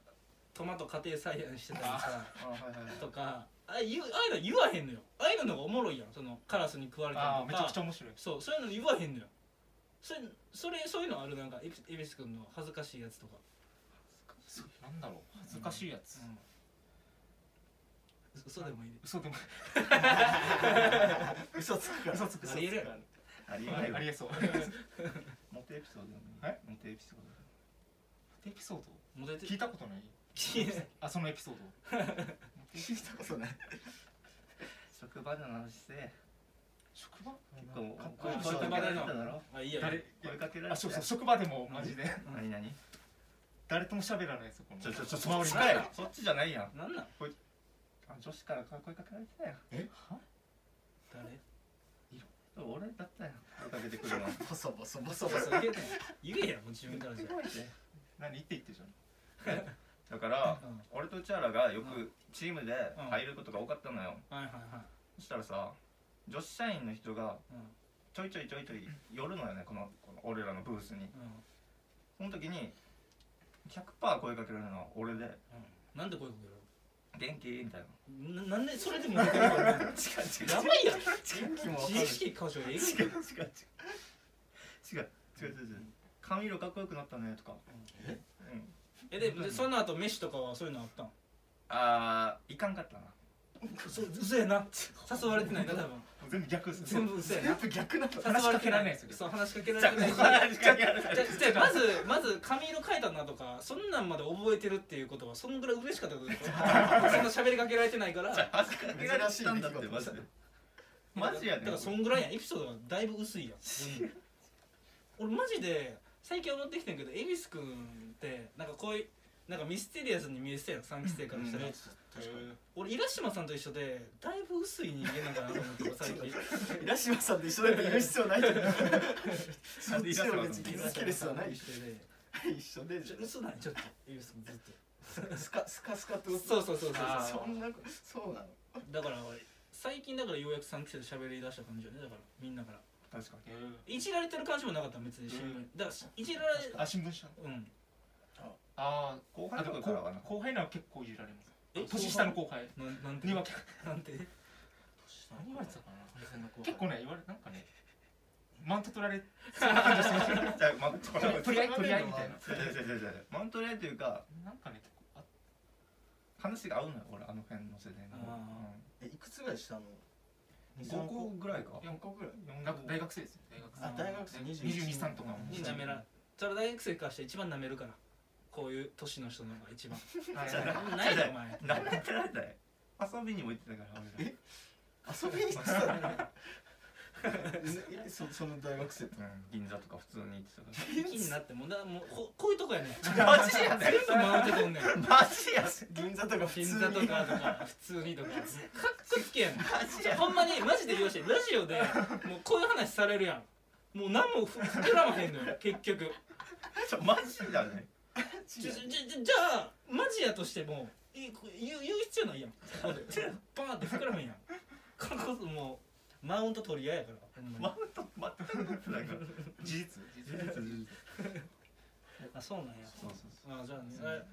Speaker 2: トマト家庭菜園してたりさ
Speaker 3: あはいはいはい
Speaker 2: とかああいうああいうの言わへんのよああいうのがおもろいやんそのカラスに食われた
Speaker 5: あ
Speaker 2: り
Speaker 5: め
Speaker 2: と
Speaker 5: ちゃく
Speaker 2: か
Speaker 5: ちゃ面白い
Speaker 2: そうそういうの言わへんのよそれそれそういうのあるなんかえ恵比寿君の恥ずかしいやつとか、
Speaker 5: なんだろう恥ずかしいやつ
Speaker 2: う嘘でもいいで
Speaker 5: 嘘でも
Speaker 4: 嘘つくから嘘つ
Speaker 2: くから
Speaker 3: ありえな
Speaker 5: あ
Speaker 3: いわ
Speaker 5: りえそう
Speaker 3: モテエピソードだもん
Speaker 5: え
Speaker 3: モテエピソード
Speaker 5: エピソー
Speaker 2: モテ
Speaker 5: ド
Speaker 2: て
Speaker 5: 聞いたことないあそのエピソード
Speaker 4: 聞いたことない
Speaker 3: 職場での話して
Speaker 5: 職場
Speaker 3: 結構
Speaker 4: かっ
Speaker 2: こいい
Speaker 3: 声かけられただろ
Speaker 2: あいいやいいや
Speaker 5: 誰
Speaker 3: 声かけられ
Speaker 5: あ
Speaker 3: て
Speaker 5: そうそう職場でもマジで
Speaker 3: 何何
Speaker 5: 誰とも喋らないですよこの
Speaker 3: ちょちょちょそ
Speaker 5: 周
Speaker 3: っち
Speaker 5: り
Speaker 3: かよそっちじゃないやん
Speaker 2: なんなん
Speaker 3: あ女子から声かけられてたやん
Speaker 4: え
Speaker 2: 誰
Speaker 3: 俺だったよ。追いかけてくるの。
Speaker 4: ボソボソボ
Speaker 2: そ
Speaker 4: ソ
Speaker 2: う
Speaker 4: ボソ。
Speaker 2: そう言えたよ言えやもう自分からじゃ
Speaker 5: 何言って言ってじゃん
Speaker 3: だから、
Speaker 2: うん
Speaker 3: 俺とチャラがよ
Speaker 2: う
Speaker 3: くチームで入ることが多かったのよ。
Speaker 2: はいはいはい
Speaker 3: そしたらさ、女子社員の人が
Speaker 2: うん
Speaker 3: ちょいちょいちょいちょい寄るのよね、このこの俺らのブースに。
Speaker 2: うん
Speaker 3: その時に、100%声かけられるのは俺で、
Speaker 2: うんなんでこういうことや
Speaker 3: 元気みたいな。
Speaker 2: ろうななんでそれでも抜けるのやばいやん
Speaker 4: 気もわかる
Speaker 2: 自意識過剰えぐい
Speaker 3: 違う違う違う違う違う違う違う髪色かっこよくなったねとかうん
Speaker 2: えででその後飯とかはそういうのあったん
Speaker 3: あーいかんかった な
Speaker 2: そう嘘やな誘われてないな多分
Speaker 3: 全部逆っす
Speaker 2: 全部嘘やな
Speaker 4: 全部逆なの。
Speaker 2: 話しかけられ
Speaker 5: ない
Speaker 2: ないそう話しかけられてないしじゃあじゃあまずまず髪色変えたなとかそんなんまで覚えてるっていうことはそんぐらい嬉しかったってことでしょそんな喋りかけられてないから
Speaker 3: 恥ずかしがしたんだってマジでマジや
Speaker 2: だ
Speaker 3: ね
Speaker 2: からそんぐらいやんエピソードが だいぶ薄いやん、俺マジで最近思ってきてんけど恵比寿君ってなんかこういうなんかミステリアスに見えてたやん3期生からしたら、
Speaker 3: うん
Speaker 2: 俺浦島さんと一緒でだいぶ薄い人間なんかなと思って俺 最近
Speaker 4: 浦島さんで一緒だから言う必要ないけど。そっ
Speaker 3: んで
Speaker 4: ち
Speaker 3: 浦島さん
Speaker 4: を別に傷つける必要はない
Speaker 2: 一緒で
Speaker 4: 一緒で
Speaker 2: ちょ嘘なんちょっと恵比寿君ずっ
Speaker 4: スカスカスカって
Speaker 2: と
Speaker 4: そ
Speaker 2: そうそうそうそう
Speaker 3: あー
Speaker 4: そんなことそうなの
Speaker 2: だから俺最近だからようやく3期生で喋り出した感じよねだからみんなから
Speaker 3: 確か
Speaker 2: いじられてる感じもなかった別に新聞、だからいじられ
Speaker 5: あ新聞社
Speaker 2: うん
Speaker 5: あー
Speaker 3: 後輩
Speaker 5: あ
Speaker 3: と
Speaker 5: で
Speaker 3: かか
Speaker 5: も後
Speaker 3: らはな
Speaker 5: 後輩なら結構いじられます
Speaker 2: え
Speaker 5: 年下の後輩
Speaker 2: なんなんて
Speaker 5: には結
Speaker 2: なんて
Speaker 5: 何言われてたかな
Speaker 4: な
Speaker 5: 結構ね言われなんかねマウント取られ
Speaker 3: じゃあマントレ
Speaker 5: 取り合い取り合いみたいな
Speaker 3: マントレというか
Speaker 5: なんかね結構あ
Speaker 3: 話が合うのよ俺あの辺の世代の
Speaker 2: あ
Speaker 4: えいくつぐらいしたの
Speaker 3: 5個ぐらいか
Speaker 4: 4個ぐらい
Speaker 5: なんか大学生ですよ大学
Speaker 4: あ大学生
Speaker 5: ね
Speaker 4: 21
Speaker 5: 22 23とかも
Speaker 2: に舐めらそれ大学生からして一番舐めるからこういう年の人の方が一番
Speaker 5: はい
Speaker 3: じゃあ
Speaker 2: ないよお前
Speaker 3: 何やってられたい遊びにも行ってたから俺ら
Speaker 4: 遊びに行ってたのねえそその大学生と
Speaker 3: うん銀座とか普通に行ってたから
Speaker 2: 気になってもうだもうここういうとこ やねん全
Speaker 3: マジやね
Speaker 2: 部回ってとんねん
Speaker 3: マジやね
Speaker 4: 銀座とか普
Speaker 2: 銀
Speaker 4: 通
Speaker 2: 座と
Speaker 4: に
Speaker 2: かとか普通にとかかっこつけやねんほんまにマジで言わしてラジオでもうこういう話されるやんもう何もふ膨らまへんのよ結局
Speaker 3: ちょマジだね
Speaker 2: じゃじゃじゃじゃあマジやとしてもいいこ言う言う必要ないやんほんでバーンって膨らめんやんこれこそもうマウント取り合いやからほんまに
Speaker 3: マウント全く取ってないから
Speaker 5: 事
Speaker 3: 事
Speaker 5: 実
Speaker 3: 実事実
Speaker 2: あそうなんや
Speaker 3: そうそうそ
Speaker 2: あじゃあね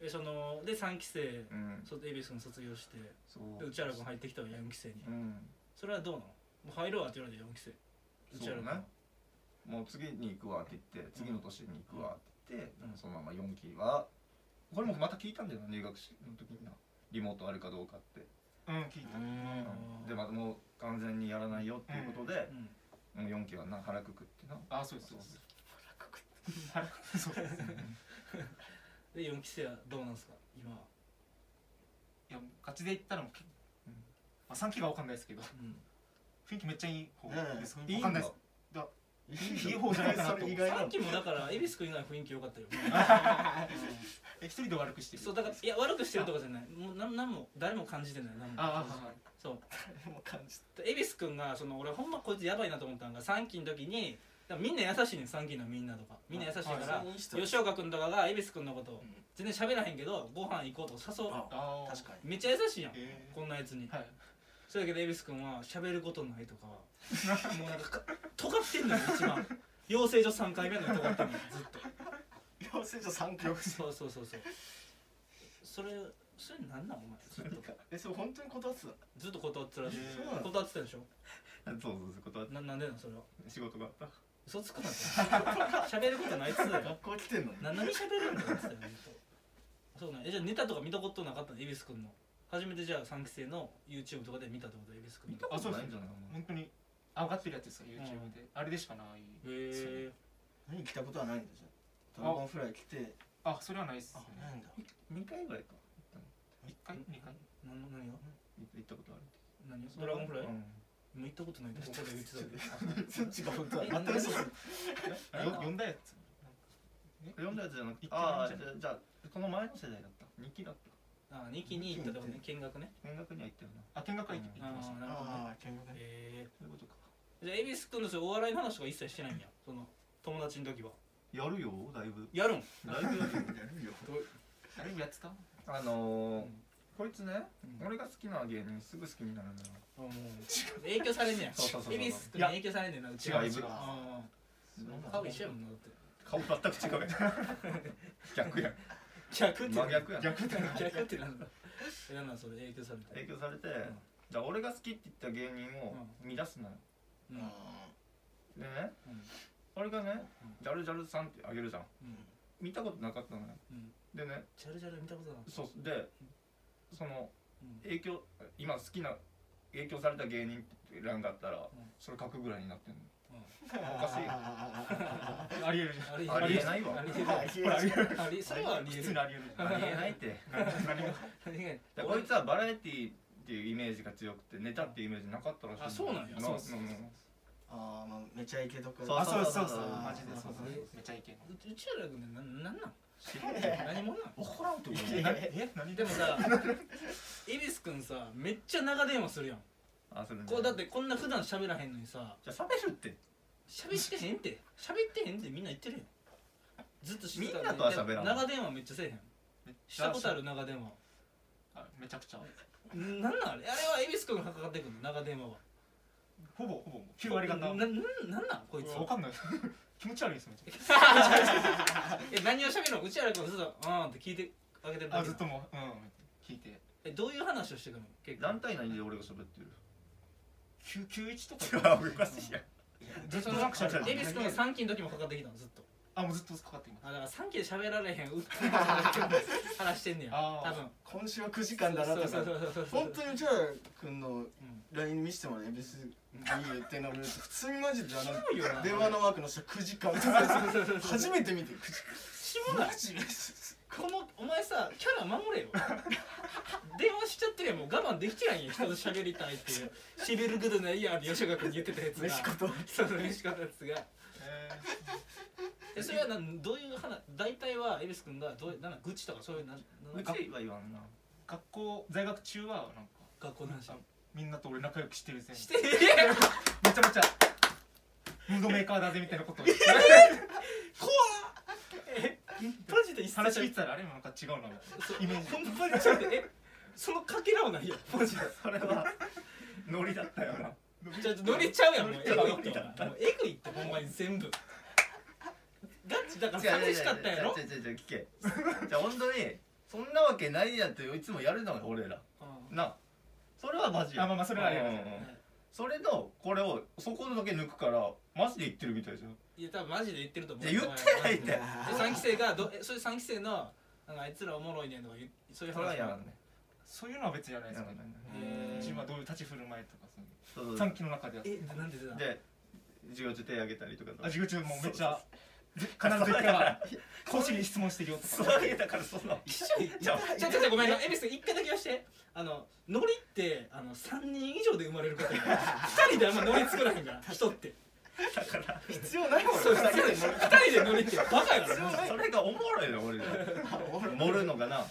Speaker 2: ええそので3期生
Speaker 3: ううん
Speaker 2: そ恵比寿君卒業して
Speaker 3: そう
Speaker 2: でうちらが入ってきたわ4期生に
Speaker 3: うん
Speaker 2: それはどうなのもう入ろうわって言われて4期生うち
Speaker 3: そ
Speaker 2: ら
Speaker 3: う
Speaker 2: の
Speaker 3: ねもう次に行くわって言って次の年に行くわって言って、
Speaker 2: うん
Speaker 3: そのまま4期はこれもまた聞いたんだよな入学式の時になリモートあるかどうかって、
Speaker 5: うん聞いた
Speaker 2: うん
Speaker 3: うんでまたもう完全にやらないよっていうことで
Speaker 2: う、ん
Speaker 3: もう4期はな腹くくってな
Speaker 5: あそうですそうです腹くくそうです
Speaker 2: で4期生はどうなんすか今は、
Speaker 5: いやガチで言ったらもうけ
Speaker 3: うん
Speaker 5: まあ3期がわかんないですけど
Speaker 2: うん、
Speaker 5: 雰囲気めっちゃいい方
Speaker 4: ねえ
Speaker 5: です
Speaker 3: いい
Speaker 5: わ
Speaker 3: ん
Speaker 5: かんな
Speaker 3: だ
Speaker 5: いですいい方じゃないかなと
Speaker 4: それ意外な
Speaker 2: 3
Speaker 4: の
Speaker 2: 期もだから恵比寿君以外雰囲気良か ったよ
Speaker 5: え一人で悪くして
Speaker 2: うん
Speaker 5: る
Speaker 2: そうだからいや悪くしてるとかじゃないもうなんなんも誰も感じてない何も
Speaker 5: ああはい
Speaker 2: そう
Speaker 4: もう感じて
Speaker 2: で恵比寿君がその俺ほんまこいつやばいなと思ったんが3期の時にだからみんな優しいねん3期のみんなとかみんな優しいか
Speaker 5: だ
Speaker 2: ら
Speaker 4: 全員一人
Speaker 2: 吉岡君とかが恵比寿君のこと
Speaker 4: うん
Speaker 2: 全然喋らへんけどご飯行こうとか誘う
Speaker 4: あ
Speaker 5: あ
Speaker 4: 確かに
Speaker 2: めっちゃ優しいやん
Speaker 5: え
Speaker 2: こんなやつに
Speaker 5: はい
Speaker 2: そうやけど恵比寿君は喋ることないとか もうなんかか尖ってんのよ一番養成所3回目のに尖ってんのよずっと
Speaker 4: 養成所3回
Speaker 2: そうそうそうそうそれそれなんなんお前ずっと
Speaker 4: えそれ本当に断ってた
Speaker 2: ずっと断ってたらしい
Speaker 4: そうなの
Speaker 2: 断ってたでしょ
Speaker 3: そうそうそう断っ
Speaker 2: ななんでなんそれは
Speaker 3: て仕事があった
Speaker 2: 嘘つく なって喋ることないっつうだよ
Speaker 4: 学校来てんのに
Speaker 2: 何喋るんだよっつったよほんとそうなんえじゃあネタとか見たことなかったの恵比寿君の初めてじゃあ3期生の YouTube とかで見たってこと恵比寿君の
Speaker 5: あそうで
Speaker 3: ない
Speaker 5: す
Speaker 3: んじゃない
Speaker 5: 本当に上がってるやつですよ YouTube であれでしかない
Speaker 2: へえ
Speaker 4: 何来たことはないんだじゃんドラゴンフライ来て
Speaker 5: あそれはないです
Speaker 4: あ
Speaker 5: ね
Speaker 4: ないんだ
Speaker 3: 2回ぐらいか
Speaker 5: 一回二回
Speaker 2: 何の何が
Speaker 3: 行ったことある
Speaker 2: 何をドラゴンフライ、
Speaker 3: うん
Speaker 2: もう行ったことないってここで言ってた けど
Speaker 4: そっちが本当
Speaker 2: は
Speaker 4: は
Speaker 2: 全く嘘ついて
Speaker 5: よ呼んだやつ
Speaker 3: 読んだやつじゃなくて
Speaker 5: 一回
Speaker 3: ああ
Speaker 5: 読ん
Speaker 3: じ
Speaker 5: じ
Speaker 3: ゃあじゃあこの前の世代だった2期だった
Speaker 2: あ二期に行ったってことね見学ね
Speaker 3: 見学には行ったよな
Speaker 5: あ見学会行って
Speaker 2: あ
Speaker 5: 行ってまし
Speaker 2: あ
Speaker 5: た
Speaker 2: なるほどね
Speaker 4: ああ見学ね
Speaker 2: え
Speaker 5: そういうことか
Speaker 2: ー、じゃあ恵比寿君の人お笑いの話とか一切してないんやその友達の時は
Speaker 3: やるよだいぶ
Speaker 2: やるん
Speaker 3: だいぶやるよ
Speaker 5: あれやってた
Speaker 3: あの
Speaker 2: うん
Speaker 3: ーこいつね、
Speaker 2: うん
Speaker 3: 俺が好きな芸人すぐ好きになるんだよ
Speaker 2: もう影響されんねや
Speaker 3: そうそうそうそう
Speaker 2: 恵比寿君に影響されんねんなうちは
Speaker 3: 違う違う
Speaker 2: ああ
Speaker 3: な
Speaker 2: 顔一緒やもんなだって
Speaker 3: 顔全く違うやん 逆やん
Speaker 2: 逆って
Speaker 3: 真逆やん
Speaker 2: 逆ってなんだ逆ってなんだえなんなんそれ影響された
Speaker 3: 影響されて、
Speaker 2: ん
Speaker 3: じゃあ俺が好きって言った芸人を見出すなよ、
Speaker 2: うんうん
Speaker 4: う
Speaker 3: でね、
Speaker 2: うん
Speaker 3: 俺がね
Speaker 2: うん
Speaker 3: ジャルジャルさんってあげるじゃん見たことなかったのよ
Speaker 2: うん
Speaker 3: でね
Speaker 2: ジャルジャル見たことない
Speaker 3: そうでその
Speaker 2: うん
Speaker 3: 影響今好きな影響された芸人って欄があったら、
Speaker 2: ん
Speaker 3: それ書くぐらいになってんの
Speaker 4: ん
Speaker 3: おかしい
Speaker 5: ありえるじゃん
Speaker 2: あり
Speaker 3: ありえないわ
Speaker 2: ありえない
Speaker 4: ありえない
Speaker 2: ありそれはありえ
Speaker 5: 普
Speaker 2: る
Speaker 5: 通にありえる
Speaker 3: ありえないって
Speaker 2: 何が
Speaker 3: でこいつはバラエティーっていうイメージが強くてネタっていうイメージなかったらしい
Speaker 2: あそうなんや
Speaker 3: そう
Speaker 5: そうそう
Speaker 4: ああまあめちゃイケとか
Speaker 3: そう
Speaker 4: あ
Speaker 3: そうそう
Speaker 5: マジでそうそう
Speaker 2: え
Speaker 5: めっちゃイケ
Speaker 2: ううちらがねななんなん
Speaker 3: 知らんよ
Speaker 2: 何者なん
Speaker 3: 分からんと思う
Speaker 4: え
Speaker 5: え何
Speaker 2: でもさ恵比寿君さめっちゃ長電話するやん
Speaker 3: あそれね
Speaker 2: こうだってこんな普段喋らへんのにさ
Speaker 3: じゃあ喋るって
Speaker 2: 喋ってへんって喋ってへんってみんな言ってるやんずっとしてた
Speaker 3: みんなとは喋らん
Speaker 2: 長電話めっちゃせえへんしたことある長電話
Speaker 5: あめちゃくちゃ
Speaker 2: んなんなんあれあれは恵比寿君がかかってくるの長電話は
Speaker 5: ほぼほぼ9割方
Speaker 2: なななんなんこいつ
Speaker 5: わかんない 気持ち悪いですめっち
Speaker 2: え何を喋るのうちらがずっと「うん」って聞いてあげてる
Speaker 5: ゃ
Speaker 2: だ
Speaker 5: あ
Speaker 2: け
Speaker 5: ずっともううん聞いて
Speaker 2: えどういう話をしてくるの結構
Speaker 3: 団体内で俺が喋ってる
Speaker 5: 9 91と
Speaker 3: い
Speaker 5: か
Speaker 3: やおかしいやん
Speaker 5: ずっとなんか喋って
Speaker 2: 恵比寿君が3期の時もかかってきたのずっと
Speaker 5: あもうずっとかかっています
Speaker 2: あだから3期で喋られへんうっぷんな話してんねや
Speaker 5: あー
Speaker 2: 多分
Speaker 4: 今週は9時間だなと
Speaker 2: そう
Speaker 4: か
Speaker 2: そうそうそうそう
Speaker 4: 本当にじゃあ君の LINE 見せてもらえ別にいいってなると普通にマジであ
Speaker 2: キモいよな
Speaker 4: の電話のワークの人9時間
Speaker 2: そうそうそう
Speaker 4: 初めて見て9時
Speaker 2: 下
Speaker 4: 間
Speaker 2: だ
Speaker 4: マジで
Speaker 2: このお前さキャラ守れよ電話しちゃってるやんもう我慢できてないやん人と喋りたいっていうしびるぐどないやんって吉岡君に言ってたやつが
Speaker 4: 嬉しこと
Speaker 2: そうそう嬉しかったやつがえそれはなんどういう話大体は恵比寿君がどうなんか愚痴とかそういうなんなん
Speaker 3: う
Speaker 2: か
Speaker 3: ちは言わんな
Speaker 5: 学校在学中はなんか
Speaker 2: 学校の話
Speaker 5: あみんなと俺仲良くしてるぜ
Speaker 2: してえ怖っ
Speaker 5: めちゃめちゃムードメーカーだぜみたいなことを言って
Speaker 2: えマジで一
Speaker 5: 話
Speaker 2: 切
Speaker 5: 聞いてたらあれなんか違うなみたいな
Speaker 2: そう
Speaker 5: イメージ
Speaker 2: ほんまにちょっとえそのかけらはないよマジで
Speaker 3: それはノリだったよな
Speaker 2: ちょっと乗れちゃうやんもう
Speaker 3: 乗れ
Speaker 2: エ
Speaker 3: ちゃ
Speaker 2: グ
Speaker 3: う
Speaker 2: いってもうエグいってほんまに全部ガチだから寂しかったやろ
Speaker 3: 違う違う違う違う聞けじゃあ本当にそんなわけないやっていつもやるのが俺ら
Speaker 2: うん
Speaker 3: なそれはマジや
Speaker 5: あまあまあそれはありがとうござい
Speaker 3: うんうんうんそれのこれをそこだけ抜くからマジで言ってるみたいじゃん
Speaker 2: いや多分マジで言ってると思う
Speaker 3: いや言ってないって
Speaker 2: で3期生がどえそういう3期生のなんかあいつらおもろいねんとか言うそういう
Speaker 3: それは
Speaker 2: 話
Speaker 3: やらんね
Speaker 5: そういうのは別にやらないですけど
Speaker 2: え
Speaker 5: 自分はどういう立ち振る舞いとかそう
Speaker 3: そう
Speaker 5: いう
Speaker 3: そう
Speaker 5: 短期の中では
Speaker 2: えなんで出たの
Speaker 3: で授業中手挙げたりとか
Speaker 5: 授業中もうめっちゃ必ず一
Speaker 3: そう
Speaker 5: 回は講師に質問してるよと
Speaker 3: そう
Speaker 5: か
Speaker 3: いうだからその
Speaker 2: 一緒にちょちょちょごめんな恵比寿一回だけ言わしてあのノリってあの3人以上で生まれることやから2人であんまノリ作らへんから人って
Speaker 4: 必要ないもん
Speaker 2: そうそう2人でノリってバカやから
Speaker 3: それがおもろいの俺ら盛るのかな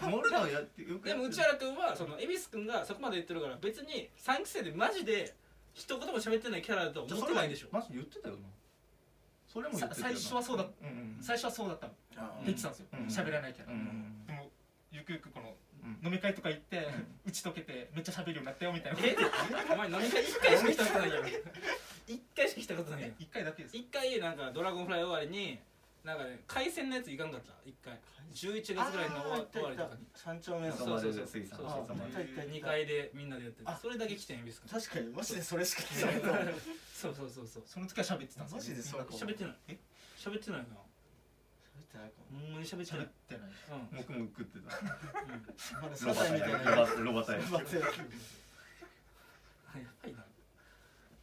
Speaker 3: 盛るのやってよく
Speaker 2: で
Speaker 3: やって
Speaker 2: も
Speaker 3: る
Speaker 2: 内原君はその恵比寿君がそこまで言ってるから別に3期生でマジで一言も喋ってないキャラだとは
Speaker 3: じゃ
Speaker 2: 思っ
Speaker 3: あそれ
Speaker 2: て
Speaker 3: は
Speaker 2: ないでしょ
Speaker 3: マジで言ってたよなそれも言ってたよな
Speaker 5: さ最初はそうだ
Speaker 3: うんうん
Speaker 5: 最初はそうだったの
Speaker 4: あ
Speaker 5: できたんですよ
Speaker 3: うん
Speaker 5: 喋らないけど
Speaker 3: うんうん
Speaker 5: でもゆくゆくこの
Speaker 3: うん
Speaker 5: 飲み会とか行って打ち解けてめっちゃ喋るようになったよみたいな
Speaker 2: えお前飲み会1回しか来たことないやん1回しか来たことないやん
Speaker 5: 一回だけです
Speaker 2: 1回なんか「ドラゴンフライ」終わりになんかね海鮮のやついかんかった1回11月ぐらいの終わ終わりとかに
Speaker 4: 山頂目の
Speaker 2: そうそうそう
Speaker 3: 水産
Speaker 2: そうそう
Speaker 4: あいたいたいた
Speaker 2: 2階でみんなでやってる
Speaker 4: あ
Speaker 2: それだけ来てん恵比寿君
Speaker 4: 確かにマジでそれしか聞いてない
Speaker 2: そうそうそうそう
Speaker 5: その時は喋ってたん
Speaker 4: マ
Speaker 5: です
Speaker 4: ジ
Speaker 5: よ
Speaker 4: でそうか
Speaker 2: 喋ってない
Speaker 5: え
Speaker 2: 喋ってないなほんまに喋ってな
Speaker 5: 喋っ
Speaker 2: い
Speaker 5: てない
Speaker 2: うんうん
Speaker 3: 僕も食ってた
Speaker 4: まだ
Speaker 3: ロ
Speaker 4: サ
Speaker 3: バ
Speaker 4: ザ
Speaker 3: タ
Speaker 4: エみたいな
Speaker 3: イロバタ イ
Speaker 4: 待っ
Speaker 2: あ
Speaker 4: て
Speaker 2: やばいな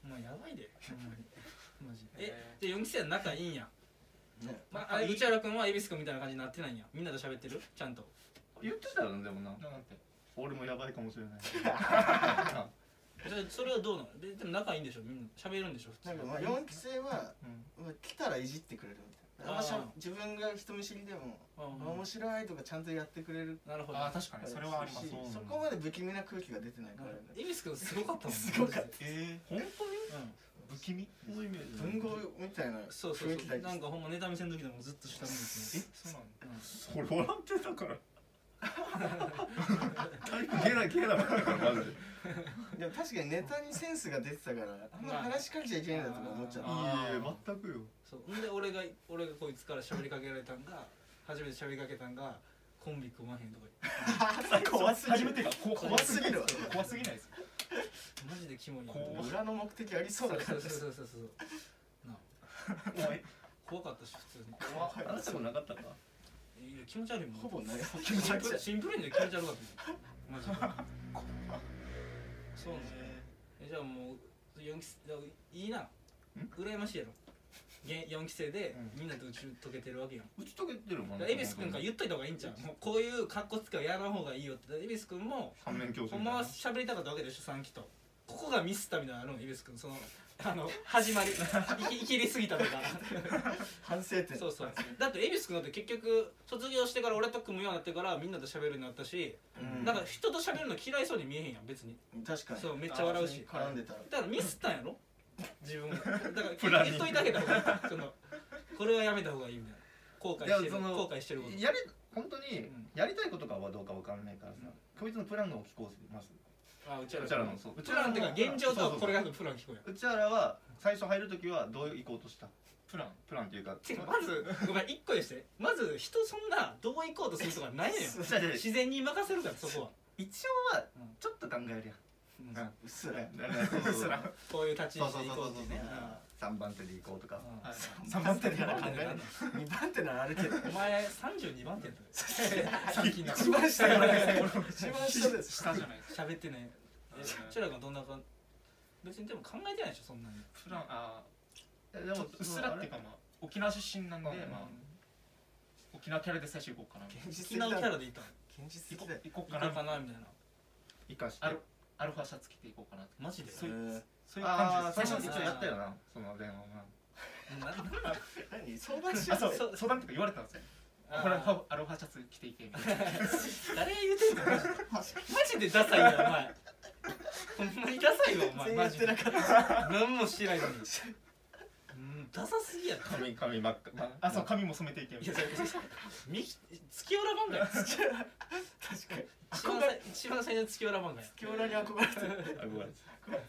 Speaker 2: お前やばいでほんまにマジでえ
Speaker 5: え
Speaker 2: じゃあ4期生は仲いいんや
Speaker 4: ね
Speaker 2: まああれ内原君は恵比寿君みたいな感じになってないんやみんなと喋 ってるちゃんと
Speaker 3: 言ってたよなでもな
Speaker 5: ーなんて
Speaker 3: 俺もやばいかもしれない
Speaker 2: じゃあそれはどうなのででも仲いいんでしょみんな喋るんでしょ普通
Speaker 4: なんかまあ4期生は
Speaker 3: うん
Speaker 4: まあ来たらいじってくれるみあんましゃ
Speaker 2: あー
Speaker 4: 自分が人見知りでも
Speaker 2: うん
Speaker 4: 面白いとかちゃんとやってくれる
Speaker 2: なるほど
Speaker 5: あー確かにそれはあります
Speaker 4: しそこまで不気味な空気が出てないからね
Speaker 2: 恵比寿君すごかったもんね
Speaker 4: すごかった
Speaker 5: えー、本当に
Speaker 2: う
Speaker 5: 不気味そういうイメージ
Speaker 4: 文豪みたいなん
Speaker 2: そうそう
Speaker 4: 雰囲気
Speaker 2: そ
Speaker 4: だ
Speaker 2: う
Speaker 4: け
Speaker 2: なんかほんまネタ見せの時でもずっと下向い
Speaker 5: え
Speaker 2: て
Speaker 5: そうなの
Speaker 6: それ笑ってたからだいぶゲラゲラだったからマジで
Speaker 4: でも確かにネタにセンスが出てたからあんま話しかけちゃいけないんだとか思っちゃっ
Speaker 2: あー
Speaker 4: た
Speaker 6: いや全くよ
Speaker 2: そうほんで俺が俺がこいつから喋りかけられたんが初めて喋りかけたんがコンビ組まへんとか言っ
Speaker 4: 怖すぎ
Speaker 5: 初め
Speaker 4: る
Speaker 5: てがこ怖すぎるわ怖すぎないです
Speaker 2: てマジでキモいな
Speaker 5: こう
Speaker 4: 裏の目的あり
Speaker 2: そ
Speaker 4: そううだか
Speaker 2: そ
Speaker 4: ら
Speaker 2: うそうそうそうそうなあ怖かったし普通
Speaker 4: 怖い
Speaker 6: あなたもなかったか
Speaker 2: にいや気持ち悪いもん
Speaker 4: ほぼない
Speaker 2: 気持ち悪いシンプルに気持ち悪かったもんマジでそうねえじゃあもう四期生だからいいな羨ましいやろげ四期生でみんなと打ち解けてるわけやん
Speaker 6: 打ち解けてるもん
Speaker 2: 恵比寿君から言っといた方がいいんちゃうもうこういう格好つけはやらん方がいいよって恵比寿君も
Speaker 6: 反面教師
Speaker 2: ほんまは喋りたかったわけでしょ三期とここがミスったみたいなのあるのイベス君そのあの始まりいきいきりすぎたとか
Speaker 4: 反省点
Speaker 2: そうそうだって恵比寿君だって結局卒業してから俺と組むようになってからみんなと喋るようになったし、
Speaker 4: うん
Speaker 2: なんか人と喋るの嫌いそうに見えへんやん別に
Speaker 4: 確かに
Speaker 2: そうめっちゃ笑うし
Speaker 4: 絡んでたら
Speaker 2: だからミスったんやろ自分がだから言っといてあげた方がいいそのこれはやめた方がいいみたいな後悔して
Speaker 6: いや
Speaker 2: る
Speaker 6: その
Speaker 2: 後悔してること
Speaker 6: やれ本当に
Speaker 2: うん
Speaker 6: やりたいことかはどうかわかんないからさこいつのプランを聞こうします
Speaker 2: あうちら
Speaker 6: うちらのそう
Speaker 2: うちらのってか現状とはこれがプラン聞こえ
Speaker 6: うちらは最初入るときはどう行こうとした
Speaker 5: プラン
Speaker 6: プランっていうか
Speaker 2: てかまずごめん一個でしてまず人そんなどう行こうとするとかないのよ
Speaker 6: じゃあじゃあ
Speaker 2: 自然に任せるからそこは
Speaker 6: 一応はちょっと考える
Speaker 2: うん
Speaker 6: やん
Speaker 4: うっすら
Speaker 2: こういう立ち位
Speaker 6: そうそうそう
Speaker 2: 置で行こ
Speaker 6: そう
Speaker 2: うっていうね
Speaker 6: 3番手で行こうとか
Speaker 2: うん
Speaker 4: 3番手なら考えない2番手ならあるけど
Speaker 2: お前32番手やったよ
Speaker 4: 一番 下がない一番下です
Speaker 5: 下じゃないです
Speaker 2: 喋ってないえうちらがどんな感じ別にでも考えてないでしょそんなに
Speaker 5: プランあ
Speaker 6: で
Speaker 5: ーちょっとうっすらっていうかまあ沖縄出身なんで
Speaker 6: うん
Speaker 5: まあ沖縄キャラで最初行こうかな
Speaker 4: 現実
Speaker 2: 沖
Speaker 4: 的だ
Speaker 2: 縄キャ
Speaker 4: 現
Speaker 2: ラでいたの
Speaker 4: 実
Speaker 5: 行
Speaker 4: 的
Speaker 5: こ
Speaker 4: だよ
Speaker 5: 行こう
Speaker 2: い
Speaker 5: か
Speaker 2: たか
Speaker 5: な
Speaker 2: なみたいな
Speaker 6: 生かして
Speaker 5: あるアルファシャツ着て行こうかな
Speaker 2: マジで
Speaker 5: そういう
Speaker 4: え
Speaker 5: そういう
Speaker 6: ああ
Speaker 5: 感じ
Speaker 6: 最
Speaker 5: です
Speaker 6: 初に
Speaker 5: 最初
Speaker 6: 一応やったよなその電話
Speaker 2: なな
Speaker 4: ー何相談し
Speaker 5: あ
Speaker 4: やす
Speaker 5: そ
Speaker 4: いう
Speaker 5: 相談とか言われたんですよ
Speaker 2: あー
Speaker 5: これアルファシャツ着ていけみたいな
Speaker 2: 誰が言うてんのマジでマジでダサいなお前ほんまにダサいわお前
Speaker 4: 全然
Speaker 2: マ
Speaker 4: やっ
Speaker 2: ジ
Speaker 4: て
Speaker 2: で
Speaker 4: なかった
Speaker 2: 何もしてないのにうんダサすぎやろ
Speaker 6: 髪髪真っ赤ま
Speaker 5: あそう髪も染めていけみ
Speaker 2: い
Speaker 5: た
Speaker 2: や
Speaker 5: い
Speaker 2: そ
Speaker 5: な
Speaker 2: れ右月浦漫画や
Speaker 4: 確かに
Speaker 2: 一番最一番最初の月浦漫画や
Speaker 4: 京裏に憧れてる
Speaker 6: 憧れて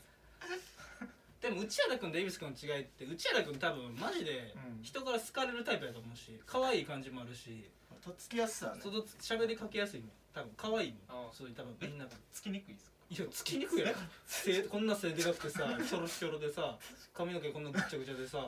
Speaker 2: でも内原君と恵比寿君の違いって内原君多分マジで
Speaker 6: うん
Speaker 2: 人から好かれるタイプやと思うし可愛い感じもあるし
Speaker 4: とっつきやすさはね
Speaker 2: その喋りかけやすいもん多分可愛いも
Speaker 5: あ
Speaker 2: んそういう多分みんなが
Speaker 5: つきにくいです
Speaker 2: いやつきにくいやろ背こんな背でかくてさひょろひょろでさ髪の毛こんなぐっちゃぐちゃでさ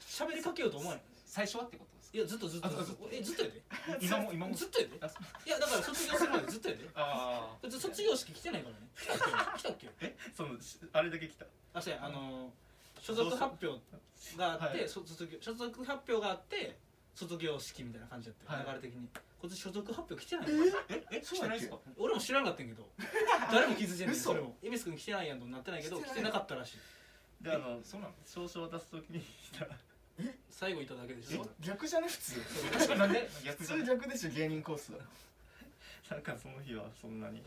Speaker 2: 喋りかけようと思わない
Speaker 5: 最初はってことです
Speaker 2: いやずっとずっとずっとえずっとやで
Speaker 5: か今も今も
Speaker 2: ずっとやで
Speaker 5: あそう
Speaker 2: いやだから卒業するまでずっとやで
Speaker 5: あ
Speaker 2: 別に卒業式来てないからね来たっけ来たっけ
Speaker 6: そのしあれだけ来た
Speaker 2: あそうやあのー所属発表があって、
Speaker 5: はい
Speaker 2: そ卒業所属発表があって卒業式みたいな感じだったよ、
Speaker 5: はい
Speaker 2: 流れ的に今年所属発表来てないの
Speaker 5: え来てないですか
Speaker 2: 俺も知らんかったんやけど誰も気づいてない
Speaker 4: 嘘
Speaker 2: それも恵比寿君来てないやんとなってないけど
Speaker 4: 来てな
Speaker 2: 来
Speaker 4: い
Speaker 2: てなかったらしい
Speaker 6: であの
Speaker 5: そうなの
Speaker 6: 証書渡すときに来た
Speaker 2: 最後いただけでしょ
Speaker 4: 逆じゃね普通
Speaker 5: 確かになんで
Speaker 4: 普
Speaker 5: 逆じゃ
Speaker 4: 通逆でしょ芸人コースは
Speaker 6: なんかその日はそんなに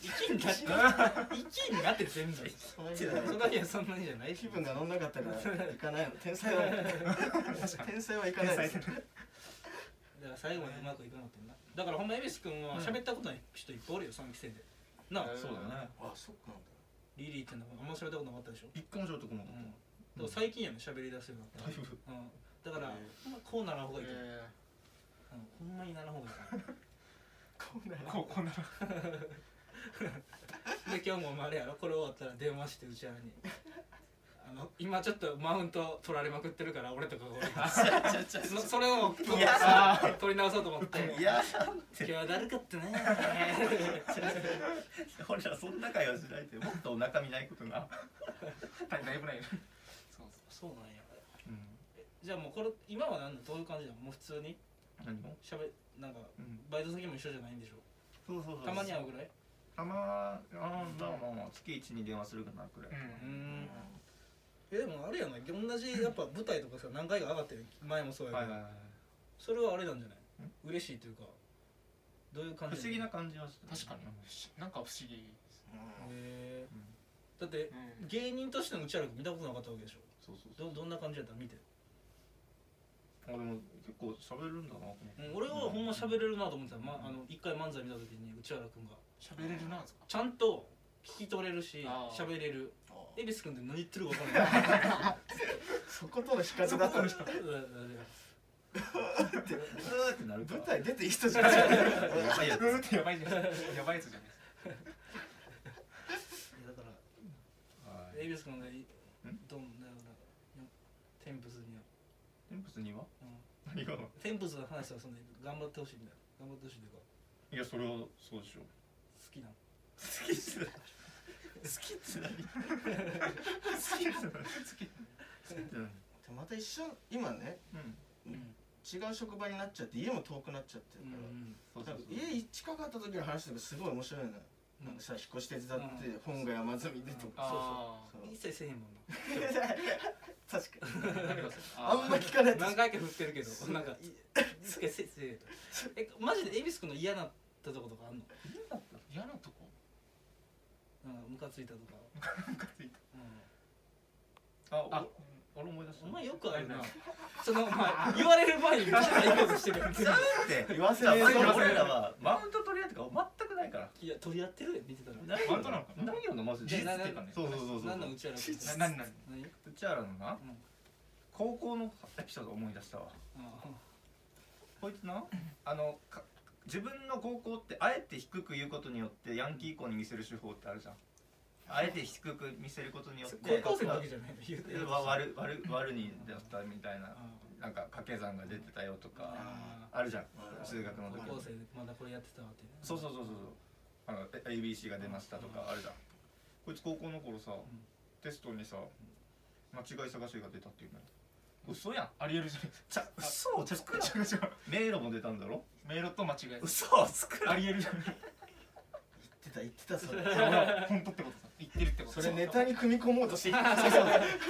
Speaker 2: 生きんなって生きんなって全部そんなにはそんなにじゃない
Speaker 4: 気分が乗んなかったから行かないの天 才は天才は行かないです
Speaker 2: だから最後までうまくいかなかったんだだからほんま恵比寿君は喋ったことない人いっぱいおるよ3期生でなあ
Speaker 5: うん
Speaker 6: そうだね
Speaker 4: あそっか
Speaker 2: リリーってのはあんま喋ったことなかったでしょ
Speaker 6: 一個もしようとこなかっ
Speaker 2: でも最近やね喋り出すようになっ
Speaker 6: ただい
Speaker 2: たの
Speaker 6: ぶ
Speaker 2: うんだから、
Speaker 4: へ
Speaker 2: ほんまこうならんほうがいいと思う、
Speaker 5: え
Speaker 2: うんほんまにならんほうがいいか
Speaker 4: こうなる
Speaker 5: ーこうこんな
Speaker 2: らで今日もお前あれやろこれ終わったら電話してうちらにあの今ちょっとマウント取られまくってるから俺とかこうそそれをこうあー取り直そうと思って
Speaker 6: いや
Speaker 2: 今日はだるかったね
Speaker 6: 俺らそんな会話しないってもっとお中身ないことな
Speaker 5: だいぶないそうそ
Speaker 2: そう
Speaker 5: う
Speaker 2: なんや
Speaker 6: うん
Speaker 2: じゃあもうこれ今は何だどういう感じだもう普通に
Speaker 6: 何も
Speaker 2: しゃべなんか
Speaker 6: うん
Speaker 2: バイト先も一緒じゃないんでしょ
Speaker 6: そうそうそう
Speaker 2: たまに会うぐらい
Speaker 6: たまあまあまあまあ月一に電話するかなくらい、
Speaker 5: う
Speaker 2: うんんえでもあれやない同じやっぱ舞台とかさ何回か上がってる前もそうやけど、
Speaker 7: はいはいはい
Speaker 2: それはあれなんじゃない嬉しいというかどういう感
Speaker 7: 不
Speaker 2: じ
Speaker 7: 思議 な感じはした
Speaker 5: 確かになんか不思議
Speaker 2: へえ
Speaker 7: うん
Speaker 2: だって芸人としての打ち歩き見たことなかったわけでしょ
Speaker 7: そうそう
Speaker 2: どどんな感じやったら見て、
Speaker 7: そう俺も結構喋るんだなと思って
Speaker 2: うん、俺はほんま喋れるなと思ってた、ま、あの一回漫才見た時に内原君が
Speaker 5: 喋れるなんですか
Speaker 2: ちゃんと聞き取れるし
Speaker 5: あー
Speaker 2: 喋れる
Speaker 4: あ
Speaker 2: 恵比寿君って何言ってるか分かんない
Speaker 4: そことの比 較だと
Speaker 3: ーってなるから
Speaker 4: 舞台出ていい人じゃない
Speaker 5: やばいやつやばいやつじゃないです
Speaker 2: いやだから
Speaker 3: はい
Speaker 2: エビス君がいどんなようなよテンプスには、
Speaker 7: テンプスには
Speaker 2: う
Speaker 7: 何
Speaker 2: ん、
Speaker 7: が
Speaker 2: テンプスの話はそんなに頑張ってほしいみたいな頑張ってほしいというか
Speaker 7: いやそれはそうでしょ
Speaker 2: 好きなの
Speaker 7: 好きっす好きって何好きって何好きって何
Speaker 4: また一緒今ね
Speaker 7: うん
Speaker 2: うん
Speaker 4: 違う職場になっちゃって家も遠くなっちゃってるから、
Speaker 7: そうそう
Speaker 4: 多分
Speaker 7: そう
Speaker 4: 家近かった時の話とかすごい面白いのよ、
Speaker 2: うん
Speaker 4: なんかさ引っ越し手伝って本が山積みでとか、
Speaker 5: あ
Speaker 4: そう
Speaker 2: 一切せえへんもんな
Speaker 4: 確かに
Speaker 5: あ
Speaker 4: あんま聞かないと
Speaker 2: 何回か振ってるけどなんか一回せえせえとえマジでエビス君の嫌なったとことかあんの
Speaker 5: 嫌なとこ
Speaker 2: なんかムカついたとかうん
Speaker 7: あ
Speaker 5: あ
Speaker 7: お俺思い出した
Speaker 2: お前よく あるなそのまあ言われる前にめっちゃイメージしてる やん
Speaker 3: って
Speaker 4: 言わせ
Speaker 3: だ
Speaker 4: ないと
Speaker 3: から
Speaker 4: 思う
Speaker 3: 俺らはマウント取り合いとか全くないから
Speaker 2: いや取り合ってるで見てたら
Speaker 3: ないよ
Speaker 5: 本当なのかな
Speaker 3: ないよなマジで
Speaker 2: いやな
Speaker 5: っていうかね
Speaker 3: そうそうそうそう
Speaker 2: 何のうちやらけ
Speaker 5: な何何
Speaker 2: 何
Speaker 3: うちらのな、
Speaker 2: ん
Speaker 3: 高校のエピソード思い出したわ
Speaker 2: あ
Speaker 3: こいつなあのか自分の高校ってあえて低く言うことによってヤンキー校に見せる手法ってあるじゃんあえて低く見せること によって
Speaker 2: 高校生の時じゃないの言うて
Speaker 3: えわ悪悪悪にだったみたいななんか掛け算が出てたよとか
Speaker 2: あ
Speaker 3: あるじゃん
Speaker 4: うん
Speaker 3: 数学の
Speaker 2: ー
Speaker 3: 時
Speaker 2: 高校生でまだこれやってたわってね
Speaker 3: そうそうそうそうそうあのえ ABC が出ましたとかあるじゃんこいつ高校の頃さ
Speaker 2: ん
Speaker 3: テストにさ間違い探しが出たっていうのよ嘘やん
Speaker 5: ありえるじゃないです
Speaker 3: ちゃ嘘をつくな
Speaker 5: か違う違う
Speaker 3: 迷路も出たんだろ
Speaker 5: 迷路と間違え
Speaker 3: 嘘をつく
Speaker 5: ありえるじゃない
Speaker 4: 言ってた言ってたそれ
Speaker 5: 本当ってことさ言ってるってこと
Speaker 4: それネタに組み込もうとして言ってた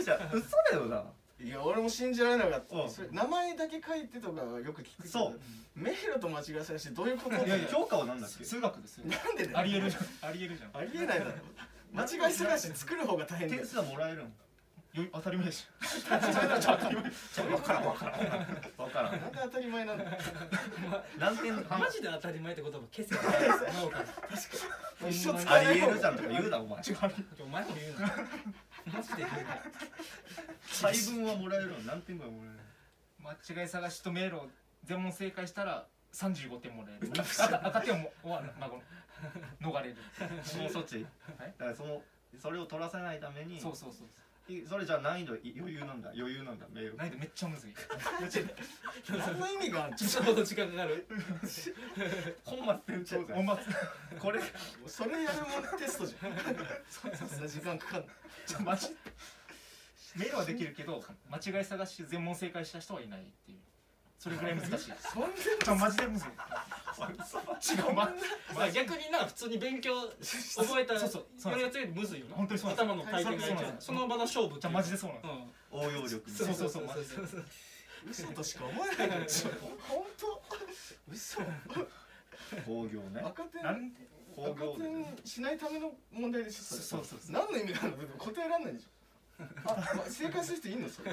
Speaker 3: じゃあ嘘だよない
Speaker 4: や俺も信じられなかっ
Speaker 3: う
Speaker 4: た
Speaker 3: ん
Speaker 4: それ名前だけ書いてとかはよく聞くけど
Speaker 3: そう
Speaker 4: 迷路と間違えさせてどういうことなん
Speaker 3: い
Speaker 4: だ
Speaker 3: や
Speaker 4: よ
Speaker 3: 評価は何だっけ
Speaker 5: 数学ですよ
Speaker 4: なんでだよ
Speaker 5: ありえるじゃんありえるじゃん
Speaker 4: ありえないだろ間違い探し作る方が大変だよ
Speaker 3: 点数はもらえるん
Speaker 5: よ当たり前でし
Speaker 3: ちょ分からん分からん分からん
Speaker 4: なんで当たり前なんだよ
Speaker 3: 何点半
Speaker 2: マジで当たり前って言葉消せよ
Speaker 4: 一生使
Speaker 3: あ
Speaker 4: えな
Speaker 3: り
Speaker 4: い
Speaker 3: え
Speaker 4: 方
Speaker 3: るじ
Speaker 4: が
Speaker 3: ゃんとか言うなお前
Speaker 2: お前も言うなマジで言うな
Speaker 3: 配分はもらえるの何点ぐらいもらえる
Speaker 5: ょ間違い探しと迷路を全問正解したら35点もらえる赤赤点はもう終わる孫の逃れる
Speaker 3: その措置
Speaker 5: はい
Speaker 3: だからそのそれを取らせないために
Speaker 5: そうそうそう
Speaker 3: いそれじゃあ難易度い余裕なんだ余裕なんだメール
Speaker 5: 難易度めっちゃむずい
Speaker 4: 何の意味がある
Speaker 2: ちょっと時間かかる
Speaker 3: 本末転倒
Speaker 5: おま
Speaker 3: これ
Speaker 4: それやるもんテストじゃんそんな時間かかんない
Speaker 5: ちょマジ迷路はできるけど間違い探し全問正解した人はいないっていうそれぐらい難しい
Speaker 4: そんな
Speaker 5: ちょマジでむずい違うま
Speaker 2: まあ逆にな普通に勉強覚えた
Speaker 5: そうそうそう
Speaker 2: や
Speaker 5: なん
Speaker 2: る
Speaker 5: で
Speaker 2: やつよりむずいよな
Speaker 5: 本当にそうなんで
Speaker 2: 頭の回転がいっちゃ
Speaker 5: そうなん
Speaker 2: う
Speaker 5: です
Speaker 2: その場の勝負って
Speaker 5: じゃ
Speaker 2: いう
Speaker 5: マジでそうなんで
Speaker 2: うん
Speaker 3: 応用力みたい
Speaker 5: そう
Speaker 3: な
Speaker 5: そうそうマジで
Speaker 2: そう
Speaker 4: 嘘としか思えないから本当嘘
Speaker 3: 工業ね
Speaker 4: 赤点
Speaker 5: すなん
Speaker 3: 工業
Speaker 4: 赤点しないための問題でしょれ
Speaker 5: そうそうそう
Speaker 4: 何の意味があるのでも答えられないでしょあま正解する人いんのそれ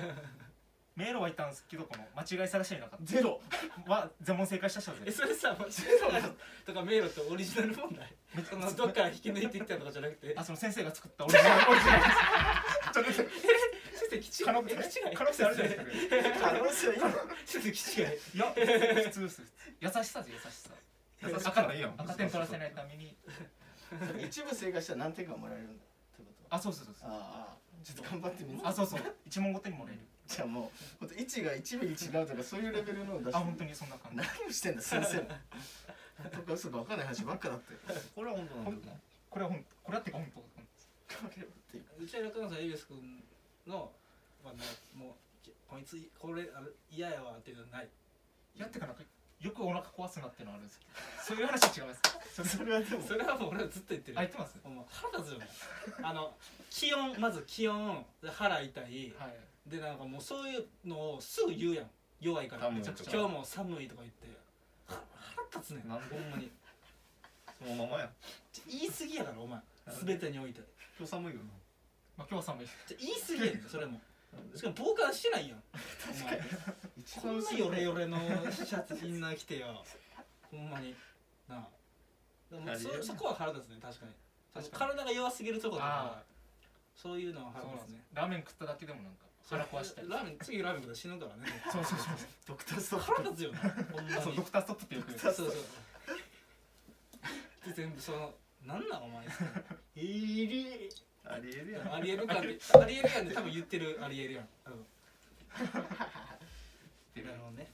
Speaker 5: 迷路はいたんですけどこの間違い探しはいなかっ
Speaker 4: ゼロ
Speaker 5: たは全問正解した人は
Speaker 2: え
Speaker 5: 全員
Speaker 2: それさ間違いとか迷路ってオリジナル問題そのどっから引き抜いていったとかじゃなくて
Speaker 5: あその先生が作ったオリジ ナルオリジナル
Speaker 2: 先生きち
Speaker 5: 可
Speaker 2: がい
Speaker 5: 能
Speaker 2: えきちがい
Speaker 5: 可能性あるじゃないですか
Speaker 4: 可能性はいいの
Speaker 2: 先生きちがい
Speaker 5: いや普通です優しさです優しさ
Speaker 3: 優しく
Speaker 5: 赤
Speaker 3: ないやん
Speaker 5: 赤点取らせないために
Speaker 4: 一部正解したら何点かもらえるんだってこと
Speaker 5: あそうそうそうそう
Speaker 4: ああちょっと頑張ってみる
Speaker 5: あそうそう一問ごとにもらえる
Speaker 4: じゃあもうほんと位置が1ミリ違うとかそういうレベルのを出して
Speaker 5: あ本当にそんな感じ
Speaker 4: 何をしてんだ先生も本当か嘘か分かんない話ばっかだって
Speaker 3: これは本当なんだよ
Speaker 5: これは本当これはってか本当
Speaker 2: うちは中野さん、エビス君の、まあね、もう、こいつ、これ、あれ嫌やわっていうのはない。
Speaker 5: やってかなんかよくお腹壊すなってのあるんですけどそういう話は違いますそれ
Speaker 4: それはでも
Speaker 2: それはもう俺はずっと言ってる
Speaker 5: あ言ってます
Speaker 2: もう腹立つよねあの気温まず気温で腹痛い
Speaker 5: はい
Speaker 2: でなんかもうそういうのをすぐ言うやん弱いから
Speaker 3: 寒い
Speaker 2: め
Speaker 3: と
Speaker 2: ち
Speaker 3: か
Speaker 2: ゃくちゃ今日も寒いとか言っては腹立つねん
Speaker 3: なん
Speaker 2: ほんまに
Speaker 3: そのままや
Speaker 2: ちょ言い過ぎやからお前全てにおいて
Speaker 3: 今日寒いよな
Speaker 5: まあ今日は寒い
Speaker 2: ちょ言い過ぎやんそれもしかも傍観してないやんお前
Speaker 4: 一
Speaker 2: こんな
Speaker 4: 薄い
Speaker 2: ヨレヨレのシャツみんな着てよほんまになあでもそそこは腹立つね確かに
Speaker 5: 確か
Speaker 2: 体が弱すぎるとこと
Speaker 5: あ
Speaker 2: かそういうのは腹
Speaker 5: そうな
Speaker 2: 立
Speaker 5: んで
Speaker 2: つ
Speaker 5: す
Speaker 2: ね
Speaker 5: ねラーメン食っただけでもなんか腹壊 したり
Speaker 2: ラーメン次ラーメン食ったら死ぬからね
Speaker 5: そうそうそう
Speaker 4: ドクターストッ
Speaker 2: 腹立つよなほんまに
Speaker 5: そうドクターストップってよく言う
Speaker 2: そうそうで全部そのなんなんお前えり
Speaker 3: ありえるやん
Speaker 2: ありえるかってありえるやんで多分言ってるありえるやん多分なるほどね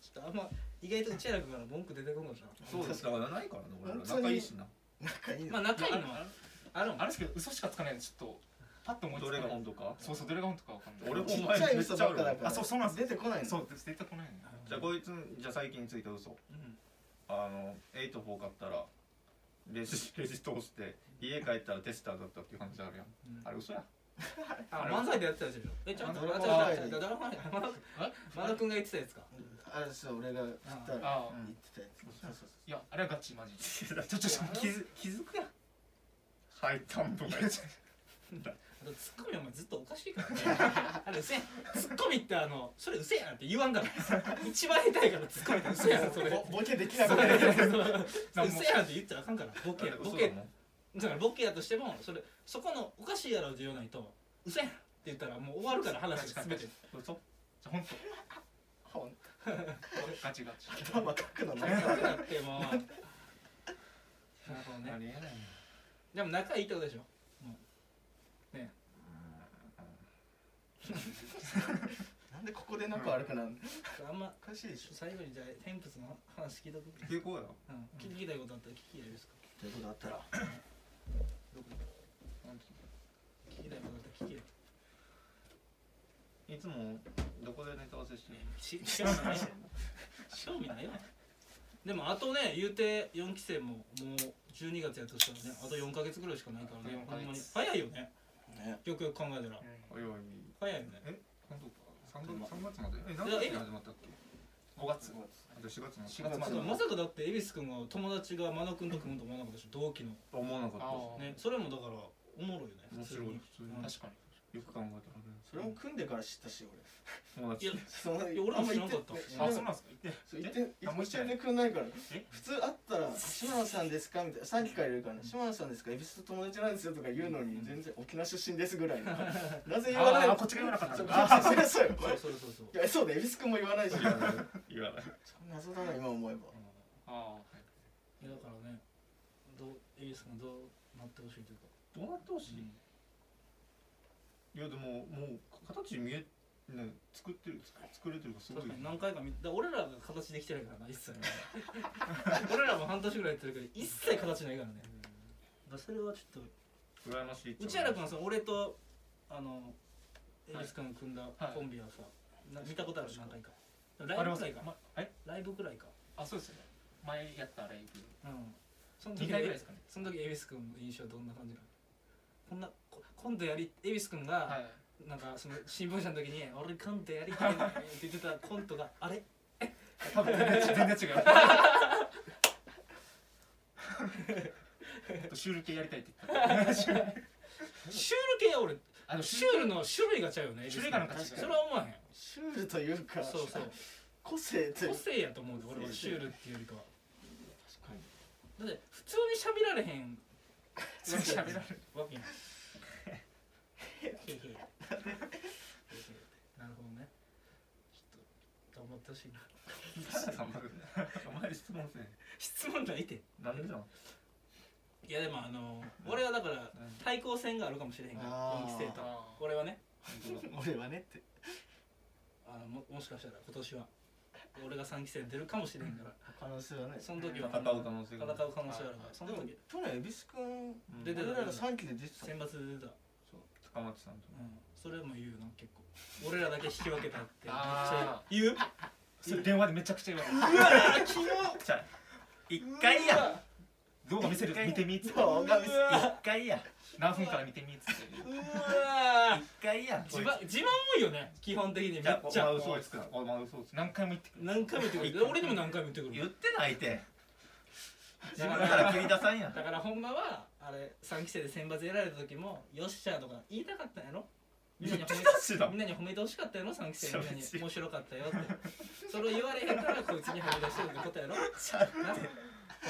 Speaker 2: ちょっとあんま意外と内原君から文句出てこんのじゃ
Speaker 3: そうですだからないからな俺ら
Speaker 4: 本当に
Speaker 3: 仲いいしな
Speaker 4: プ仲いい
Speaker 2: んまあ
Speaker 4: の
Speaker 2: 仲いいのはあるもん
Speaker 5: あれですけど嘘しかつかないんでちょっとパッと思いつ
Speaker 3: ど
Speaker 5: かな
Speaker 3: れ
Speaker 5: い
Speaker 3: が本当か
Speaker 5: そうそうどれが本当かわかんない
Speaker 3: 俺も
Speaker 4: ち
Speaker 3: お
Speaker 4: っ
Speaker 3: 前
Speaker 4: ちゃい
Speaker 3: めっ
Speaker 4: 嘘
Speaker 3: ちゃ
Speaker 4: ば
Speaker 3: あ
Speaker 4: っか
Speaker 3: る
Speaker 4: だから
Speaker 5: あそうそうなんです
Speaker 4: 出てこないの
Speaker 5: そう出てこないね
Speaker 3: じゃあこいつじゃあ最近ついた嘘
Speaker 2: うん
Speaker 3: あの8フォー買ったらレジレジ通して家帰ったらテスターだったっていう話あるやん
Speaker 2: うん
Speaker 3: あれ嘘や
Speaker 2: あ漫才でやってたやつでしょえちょっと
Speaker 4: ドラ
Speaker 2: あ
Speaker 4: マ
Speaker 2: ちょ
Speaker 4: 前
Speaker 2: っ
Speaker 4: に
Speaker 2: とドラマ前真田真田君が言ってたやつか
Speaker 4: あれそう俺が振ったら
Speaker 5: あ
Speaker 4: 言ってたやつそうそう
Speaker 5: いやあれはガチマジで
Speaker 3: ちょっ
Speaker 5: ちょちょちょ
Speaker 3: 気づ気づくやんはい田んぼが一番
Speaker 2: あとツッコミお前ずっとおかしいからねあれうせえツッコミってあのそれうせえなって言わんから一番下手いからツッコミってうせえやなそれ
Speaker 4: そうボボケできな
Speaker 2: そ
Speaker 4: く
Speaker 2: れ
Speaker 4: なる
Speaker 2: うせえなって言っちゃあかんからボケボ
Speaker 3: 嘘だ
Speaker 2: ケ
Speaker 3: もん
Speaker 2: だからボケやとしてもそれそこのおかしいやろって言わないとうせえなって言ったらもう終わるから話が全て
Speaker 3: 嘘
Speaker 5: じゃ本当
Speaker 4: ほんと
Speaker 5: ガチガチ
Speaker 4: 頭かくのな
Speaker 2: 長
Speaker 4: い
Speaker 2: くなってもうなるほど
Speaker 3: あ
Speaker 2: ね
Speaker 3: りえない
Speaker 2: でも仲いいってことでしょもうね
Speaker 4: なんでここで仲悪くなるの
Speaker 2: あんま
Speaker 4: おかしいでしょ
Speaker 2: 最後にじゃあ天仏の話聞いとく、
Speaker 3: 傾向やろ
Speaker 2: うん、聞きたいことあったら聞きたいですか
Speaker 4: ということあったら
Speaker 2: どこ聞きたいことあったら聞きや
Speaker 3: いつもどこでネタ合わせしてる
Speaker 2: し 興味ないよ興味ないよでもあとね言うて4期生ももう12月やとしたらねあと4か月ぐらいしかないからね
Speaker 5: あと
Speaker 2: ほんま
Speaker 5: 4ヶ
Speaker 2: に
Speaker 5: 月
Speaker 2: 早いよね
Speaker 4: ね
Speaker 2: よくよく考えたら
Speaker 3: おいおい
Speaker 2: 早いよね
Speaker 3: え本当か3月三月までえ何
Speaker 2: いや
Speaker 3: 月
Speaker 2: え
Speaker 3: に始まったっけ
Speaker 5: 5月
Speaker 3: あと4月の
Speaker 5: 4
Speaker 2: ま
Speaker 5: 月まで
Speaker 2: まさかだって恵比寿君は友達が真野君と組むと思わなかったでしょ同期の
Speaker 3: 思わなかった
Speaker 5: あ
Speaker 2: ねそれもだからおもろいよね
Speaker 3: 面白
Speaker 2: 普通
Speaker 3: い
Speaker 2: に
Speaker 3: 普通に
Speaker 2: うん
Speaker 5: 確かに
Speaker 3: よく考え
Speaker 4: それも組んでから知ったし俺
Speaker 3: た
Speaker 2: いや
Speaker 3: らね友達
Speaker 4: その
Speaker 2: いや俺も知らなかった
Speaker 5: あ
Speaker 4: あ
Speaker 5: そ
Speaker 4: そうう
Speaker 5: なんですか言って
Speaker 4: 言って
Speaker 5: え何も
Speaker 4: 一
Speaker 5: してな
Speaker 4: 緒
Speaker 5: い
Speaker 4: にくんないから
Speaker 5: え
Speaker 4: 普通会ったら「島野さんですか?」みたいなさっきからいるからね「島野さんですか恵比寿と友達なんですよ」とか言うのに全然「沖縄出身です」ぐらいのなぜ言わない
Speaker 5: あ
Speaker 4: の
Speaker 5: あこっちが言わなかった
Speaker 4: そう
Speaker 5: の
Speaker 4: こ
Speaker 5: か
Speaker 4: っちそりゃそう
Speaker 2: そ
Speaker 4: よ
Speaker 2: うそうそうそう
Speaker 4: いやそうだ恵比寿くんも言わないし
Speaker 3: 言わない言わない
Speaker 4: 謎だな今思えば
Speaker 5: あ
Speaker 2: いやだからねどう恵比寿君どうなってほしいというか
Speaker 3: どうなってほしい、いやでももう形見えね作ってる作作れてるからすごい
Speaker 2: 確かに何回か見だから俺らが形できてないからな一切 俺らも半年ぐらいやってるけど一切形ないからねだからそれはちょっ
Speaker 3: 羨ましいっち
Speaker 2: と
Speaker 3: ゃ
Speaker 2: 内原君はさ俺とあの恵比寿君組んだ
Speaker 5: はい
Speaker 2: コンビはさ、な見たことある何回か
Speaker 5: ああ
Speaker 2: ライ
Speaker 5: り
Speaker 2: ブ
Speaker 5: ま
Speaker 2: く
Speaker 5: す
Speaker 2: らいか
Speaker 5: まえ
Speaker 2: ライブくらいか
Speaker 5: あそうですよね前やったライブ
Speaker 2: うんその
Speaker 5: 2
Speaker 2: 時
Speaker 5: 回ぐらいですかね
Speaker 2: その時恵比寿君の印象どんな感じなのこんなこ今度やり恵比寿君が、
Speaker 5: はい
Speaker 2: なんかその新聞社の時に「俺コントやりたいね」って言ってたコントがあれ
Speaker 5: 多分全然違うあとシュール系やりたいって言った
Speaker 2: シュール系は俺
Speaker 5: あの
Speaker 2: シュールの種類が違うよね
Speaker 5: 種類がなんか違う
Speaker 2: それは思わへん
Speaker 4: シュールというか
Speaker 2: そうそう
Speaker 4: 個性という
Speaker 2: 個
Speaker 4: か
Speaker 2: 性やと思うで俺はシュールっていうよりかは
Speaker 4: 確かに
Speaker 2: だって普通に喋られへん
Speaker 5: シュール喋られる
Speaker 2: わけやんへへへへなるほどねちょっと頑張ってほしいな
Speaker 3: 頑張るお前質問せん
Speaker 2: 質問ないて
Speaker 3: なんでじゃん
Speaker 2: いやでもあの俺はだから対抗戦があるかもしれへんから
Speaker 4: あー
Speaker 2: 4期生と俺はね
Speaker 4: 俺はねって
Speaker 2: あのももしかしたら今年は俺が3期生出るかもしれへんから
Speaker 4: 可能性はね
Speaker 2: その時は
Speaker 3: 戦う可能性
Speaker 2: 戦
Speaker 3: が
Speaker 2: う可能性あるからそ
Speaker 4: で
Speaker 2: の
Speaker 4: も
Speaker 2: 時
Speaker 4: 去年恵比寿くん
Speaker 2: 出て
Speaker 4: 俺
Speaker 2: た
Speaker 4: らが3期で出てた
Speaker 2: 選抜で出た
Speaker 3: 捕まってたんと
Speaker 2: うんそれも言うな結構俺らだけ引き分けたってめっちゃ
Speaker 5: あ
Speaker 2: 言う
Speaker 5: それ電話でめちゃくちゃ言われる
Speaker 2: うわーキモ
Speaker 6: 一回や
Speaker 5: 動画見せる見てみっつって
Speaker 4: 動画見せ
Speaker 2: うわ
Speaker 6: 一回や
Speaker 5: 何分から見てみっつって
Speaker 2: うわー
Speaker 6: 一回や
Speaker 2: 自慢自慢多いよね基本的にめっ
Speaker 6: じゃあお
Speaker 2: ちゃ
Speaker 6: 前嘘をつくなお前嘘をつくな
Speaker 5: 何回も言ってくる
Speaker 2: 何回も言ってくる俺にも何回も言ってく
Speaker 6: 言
Speaker 2: る
Speaker 6: ってないて
Speaker 2: 自
Speaker 6: だか
Speaker 2: 慢
Speaker 6: ら切り出さんや
Speaker 2: だからほんまはあれ3期生で選抜選られた時も「よっしゃ」とか言いたかったんやろみんなに褒め
Speaker 6: しだ
Speaker 2: みんなに褒めてほしかったやろ3期生みんなに
Speaker 6: 喋って
Speaker 2: 面白かったよってそれを言われへんからこいつに褒め出してるってことやろな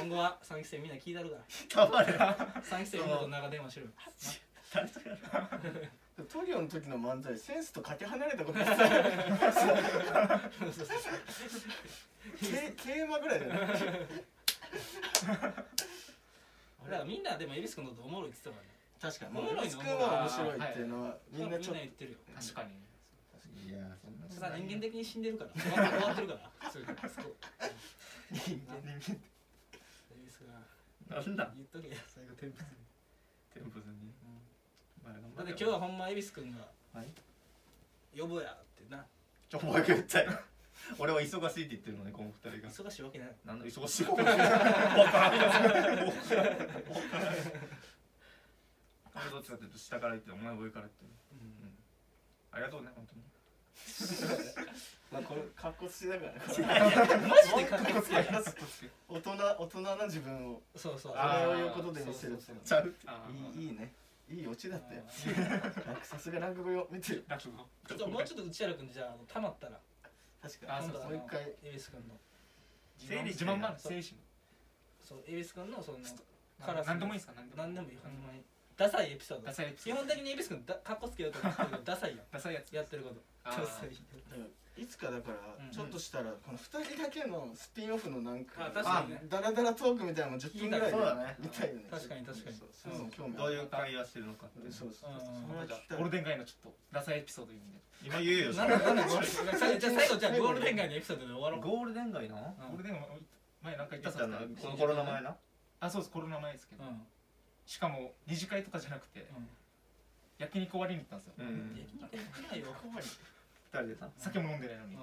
Speaker 2: 今後は3期生みんな聞いたるか
Speaker 6: 黙れ
Speaker 2: ら3期生みんなと長電話しろよ
Speaker 4: トリオの時の漫才センスとかけ離れたことです ねけ桂馬ぐらいだよね
Speaker 2: 俺らみんなでも恵比寿君のことおもろいって言って
Speaker 4: 確かにもう
Speaker 2: おもろいの
Speaker 4: エス君は面白いっていうのは
Speaker 2: たか
Speaker 4: み
Speaker 2: ら
Speaker 4: ん
Speaker 2: ね
Speaker 4: な
Speaker 2: みん
Speaker 4: ちょ
Speaker 2: な
Speaker 4: っと
Speaker 2: 言ってるよ
Speaker 5: 確かに
Speaker 6: いやそんな
Speaker 2: ただ人間的に死んでるから終わって終わってるからそういうのそこ人間人間恵比寿君
Speaker 6: なんだ
Speaker 2: 言っとけ最後テンプする
Speaker 6: テンポずにだ
Speaker 2: だって今日はほんま恵比寿君が
Speaker 6: はい
Speaker 2: 呼ぼうやってな
Speaker 6: ちょお前が言ったよ俺は忙しいって言ってるのねこの二人が
Speaker 2: 忙しいわけない
Speaker 6: 何の忙しいこと分からんよ俺どっちかっていうと下から言ってお前上から言ってるうんありがとうね本当に
Speaker 4: まあこれ格好つけだ からね
Speaker 2: マジで格好つけ
Speaker 4: 大人大人な自分を
Speaker 2: そうそう
Speaker 4: あれを言うことで見せるっていうの
Speaker 6: ちゃう
Speaker 5: あ
Speaker 4: いいいいねいいオチだったよ
Speaker 2: あ
Speaker 4: なんかさすがラグビーを見てる
Speaker 5: ー落語
Speaker 2: ちょっともうちょっと内原君じゃああのたまったら
Speaker 4: 確か
Speaker 5: あ
Speaker 4: に
Speaker 5: そう
Speaker 4: も
Speaker 5: そう
Speaker 4: う一回
Speaker 2: 恵比寿君の
Speaker 5: 自慢
Speaker 6: 整理して
Speaker 5: 自
Speaker 6: な
Speaker 5: 慢話整理し
Speaker 2: そう恵比寿君のその
Speaker 5: な
Speaker 2: カラス
Speaker 5: 何でもいいですか何でも
Speaker 2: 何でもいいほんまにダサいエピソード
Speaker 5: ダサいエピソ
Speaker 2: 基
Speaker 5: ード
Speaker 2: 本的に恵比寿君だ格好つけようと思ってるけどダサいよ
Speaker 5: ダサいやつ
Speaker 2: やってること
Speaker 5: あー
Speaker 2: ダサいよ
Speaker 4: いつかだから
Speaker 2: うん
Speaker 4: ちょっとしたらこの二人だけのスピンオフのなん
Speaker 2: あ
Speaker 4: か
Speaker 2: 確かにね
Speaker 4: ダラダラトークみたいなのも10分ぐらいで
Speaker 6: そうだね
Speaker 4: 見たいよね
Speaker 2: 確かに確かに
Speaker 4: そうそうそう興味
Speaker 6: ど
Speaker 4: あ
Speaker 6: う
Speaker 4: る
Speaker 6: いう会話してるのかって
Speaker 4: そうそう
Speaker 2: うん
Speaker 4: それは聞きたい
Speaker 5: オルデン街のちょっとダサいエピソード言うんで
Speaker 6: 今言えよ
Speaker 2: なんだなんだゴールデンじゃあ最後じゃあゴールデン街のエピソードで終わろう
Speaker 6: ゴールデン街の
Speaker 5: オルデン街前なんか言っ
Speaker 6: 言
Speaker 5: た
Speaker 6: っ
Speaker 5: さ
Speaker 6: たなこのコロナ前な
Speaker 5: あそうですコロナ前ですけど
Speaker 2: うん
Speaker 5: しかも二次会とかじゃなくて焼肉終わりに行ったんですよ
Speaker 6: うん
Speaker 2: 焼肉行くなよ
Speaker 6: 二人でさ
Speaker 5: 酒も飲んでないのに
Speaker 2: う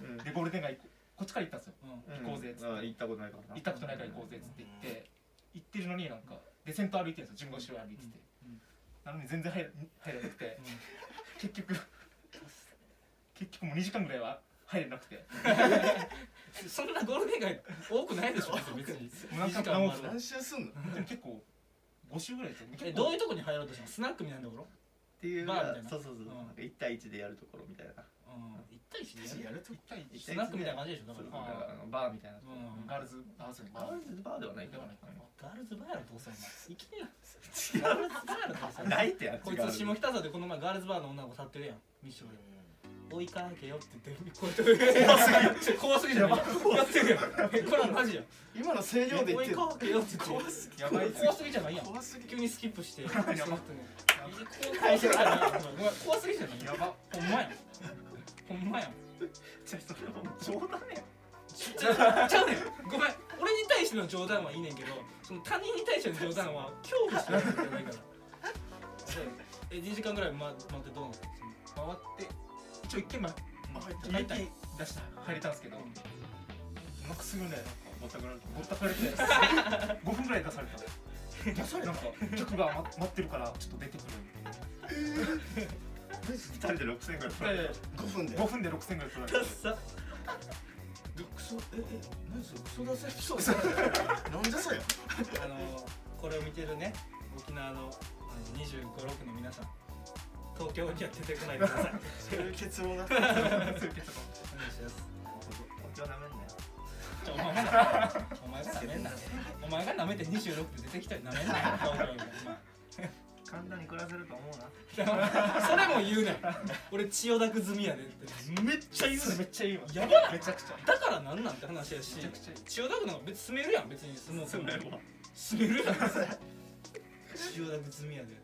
Speaker 6: うん
Speaker 5: でゴールデン街行こうこっちから行ったんですよ
Speaker 2: んうん
Speaker 5: 行こうぜっつって
Speaker 6: ん行ったことないからな
Speaker 5: 行ったことないから行こうぜっつって言って行ってるのになんかで先頭歩いてるんですよ15周歩いてて
Speaker 2: うん
Speaker 5: なのに全然入ら入らなくて結局結局もう2時間ぐらいは入れなくて
Speaker 2: そんなゴールデン街多くないでしょ別 に
Speaker 5: もうな
Speaker 2: 二時
Speaker 5: んか
Speaker 2: 間もある
Speaker 5: なんか
Speaker 4: 何周すんの
Speaker 5: でも結構5周ぐらいですよ
Speaker 2: え
Speaker 5: 結
Speaker 2: どう
Speaker 5: 構
Speaker 2: いうとこに入ろうとしたのスナックみたいなところ
Speaker 6: っていう
Speaker 2: バーみたいな
Speaker 6: そうそうそう
Speaker 2: うん
Speaker 6: なんか一対一でやるところみたいな
Speaker 2: うん一対一でやる
Speaker 4: やると
Speaker 5: 1対
Speaker 6: 一
Speaker 5: 1
Speaker 2: スナックみたいな感じでしょだか
Speaker 6: そう
Speaker 2: ら
Speaker 6: なんかあのバーみたいな
Speaker 2: うん
Speaker 5: ガールズバーズ
Speaker 6: バーバーではないけ
Speaker 5: で
Speaker 6: ど
Speaker 5: はないかな
Speaker 2: ガールズバーやろどうせお前いきねえよガールズバーやろどうせ
Speaker 6: ないってや
Speaker 2: こいつ下北沢でこの前ガールズバーの女の子立ってるやんミッションで追いかけよって言ってこうやって怖すぎる怖すぎるやってるやんえこれはマジやん
Speaker 4: 今の声量で言
Speaker 2: 追
Speaker 4: っ
Speaker 2: い
Speaker 4: てる
Speaker 2: かけよって怖すぎ
Speaker 5: やばい
Speaker 2: 怖すぎじゃないやん
Speaker 4: 怖すぎ
Speaker 2: 急
Speaker 4: る
Speaker 2: にスキップして怖すぎじゃないお前怖すぎじゃないやばほんまやんほんまやん
Speaker 6: ちゃそれもう冗談や
Speaker 2: ちゃちゃうねんごめん俺に対しての冗談はいいねんけどその他人に対しての冗談は恐怖しないといけないからそうえ2時間ぐらい待待ってどうなった
Speaker 5: 回って一応一軒ま
Speaker 2: の
Speaker 5: 入
Speaker 2: 入っ
Speaker 5: った
Speaker 2: たんや
Speaker 5: 出した入れたんですけど、
Speaker 2: うん
Speaker 5: なんかすぐねぼったくられてぼったくられて5分ぐらい出された出されなんか客が待待ってるからちょっと出てくる
Speaker 6: 二人で六千円ぐらい取られ
Speaker 5: で
Speaker 4: 5分で
Speaker 5: 5分で6000ぐらい取られて
Speaker 2: さ
Speaker 4: クソええ何それクソダサいクソダサいなんじゃそりゃ
Speaker 2: あのこれを見てるね沖縄のあの2 5 6の皆さん東京には出てこないでください
Speaker 4: そういう結論だ
Speaker 2: お願いします
Speaker 6: たこっちはなめんなよ
Speaker 2: ちょお前がなお前がなめんなお前がなめて26って出てきたらなめんなよ東京にお前
Speaker 6: 簡単に暮らせると思うな
Speaker 2: それも言うねん俺千代田区済みやで ってめっちゃ言う
Speaker 5: それ
Speaker 2: ね
Speaker 5: めっちゃいいわ
Speaker 2: んやばない
Speaker 5: めちゃくちゃ
Speaker 2: だからなんなんって話やし
Speaker 5: めちゃくちゃいい
Speaker 2: 千代田区なんか別に住めるやん別に住もうと思えば住 めるやん千代田区済みやで、うん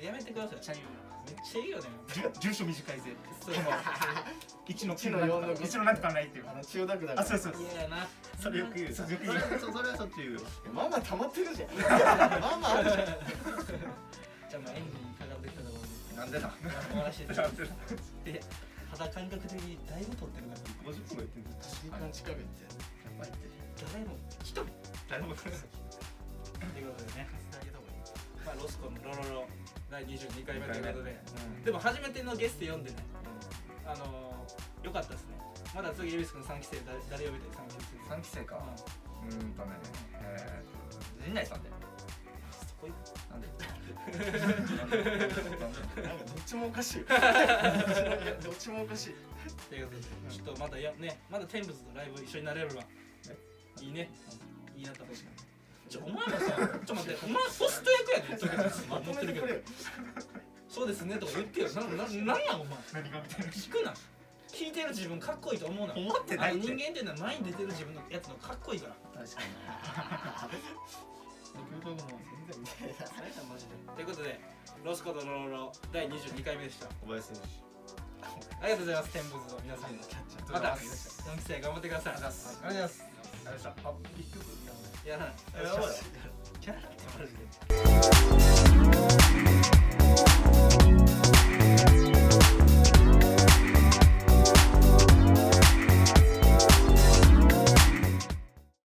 Speaker 2: やめてください
Speaker 5: めっちゃいいわ
Speaker 2: めっちゃいい よね
Speaker 5: 住住所短いぜ
Speaker 2: そう
Speaker 5: 1の
Speaker 4: 一
Speaker 5: 9
Speaker 4: の
Speaker 5: の
Speaker 4: 四の
Speaker 5: なんと
Speaker 4: 五
Speaker 5: か1のなんとかないっていう
Speaker 4: あの千代田区だか
Speaker 5: あそう
Speaker 4: ら
Speaker 5: そうそう
Speaker 2: 嫌やな
Speaker 6: それよく言う
Speaker 5: そ
Speaker 6: そうれ
Speaker 5: よく言う
Speaker 6: そそれはしょっちゅうよ
Speaker 4: ママ溜まってるじゃんママあるじゃん
Speaker 2: じゃあまあエンジンかかってきたところで
Speaker 6: なんでな
Speaker 2: 終わらせて
Speaker 6: なんでな
Speaker 2: で肌感覚的にだいぶ撮ってるから
Speaker 3: 50分もやってるんです
Speaker 4: 1時間近く行って
Speaker 3: やばいって
Speaker 2: 誰も一人と
Speaker 3: 誰も来ない
Speaker 2: いうことでね、まあ、ロスコのロロロ第22回目と
Speaker 3: 二回
Speaker 2: い
Speaker 3: 目
Speaker 2: うことででも初めてのゲスト読んでねあのー、よかったですねまだ次エビス君3期生誰誰呼びたい3期生
Speaker 3: 3期生か
Speaker 2: うん
Speaker 3: うーんとねえーと陣内さんで
Speaker 2: そこ行く
Speaker 3: なんでなんでなんで
Speaker 4: なんかどっちも おかしいよどっちもおかしい
Speaker 2: ということでちょっとまたやねまだ天仏とライブ一緒になれればいいねいいなったとしかちょお前もさ ちょ待ってお前ホスト役やでちょっと
Speaker 4: まと
Speaker 2: 思って
Speaker 4: め
Speaker 2: る
Speaker 4: て
Speaker 2: け
Speaker 4: く
Speaker 2: ど
Speaker 4: れよ
Speaker 2: そうですねとか言ってよなななんなんお前
Speaker 5: 何がみたいな
Speaker 2: 聞くな聞いてる自分かっこいいと思うな
Speaker 3: 思ってない
Speaker 2: あ
Speaker 3: っ
Speaker 2: の人
Speaker 3: て
Speaker 2: 間っていうのは前に出てる自分のやつのかっこいいから
Speaker 3: 確かに
Speaker 2: ということでロスコとロロロ第22回目でした
Speaker 3: 小林選手
Speaker 2: ありがとうございます天仏の皆さんまた4期生頑張ってください
Speaker 3: ありがとうございますありがとうございましたあ一曲
Speaker 2: やらない
Speaker 3: やばい
Speaker 2: キャラってマジで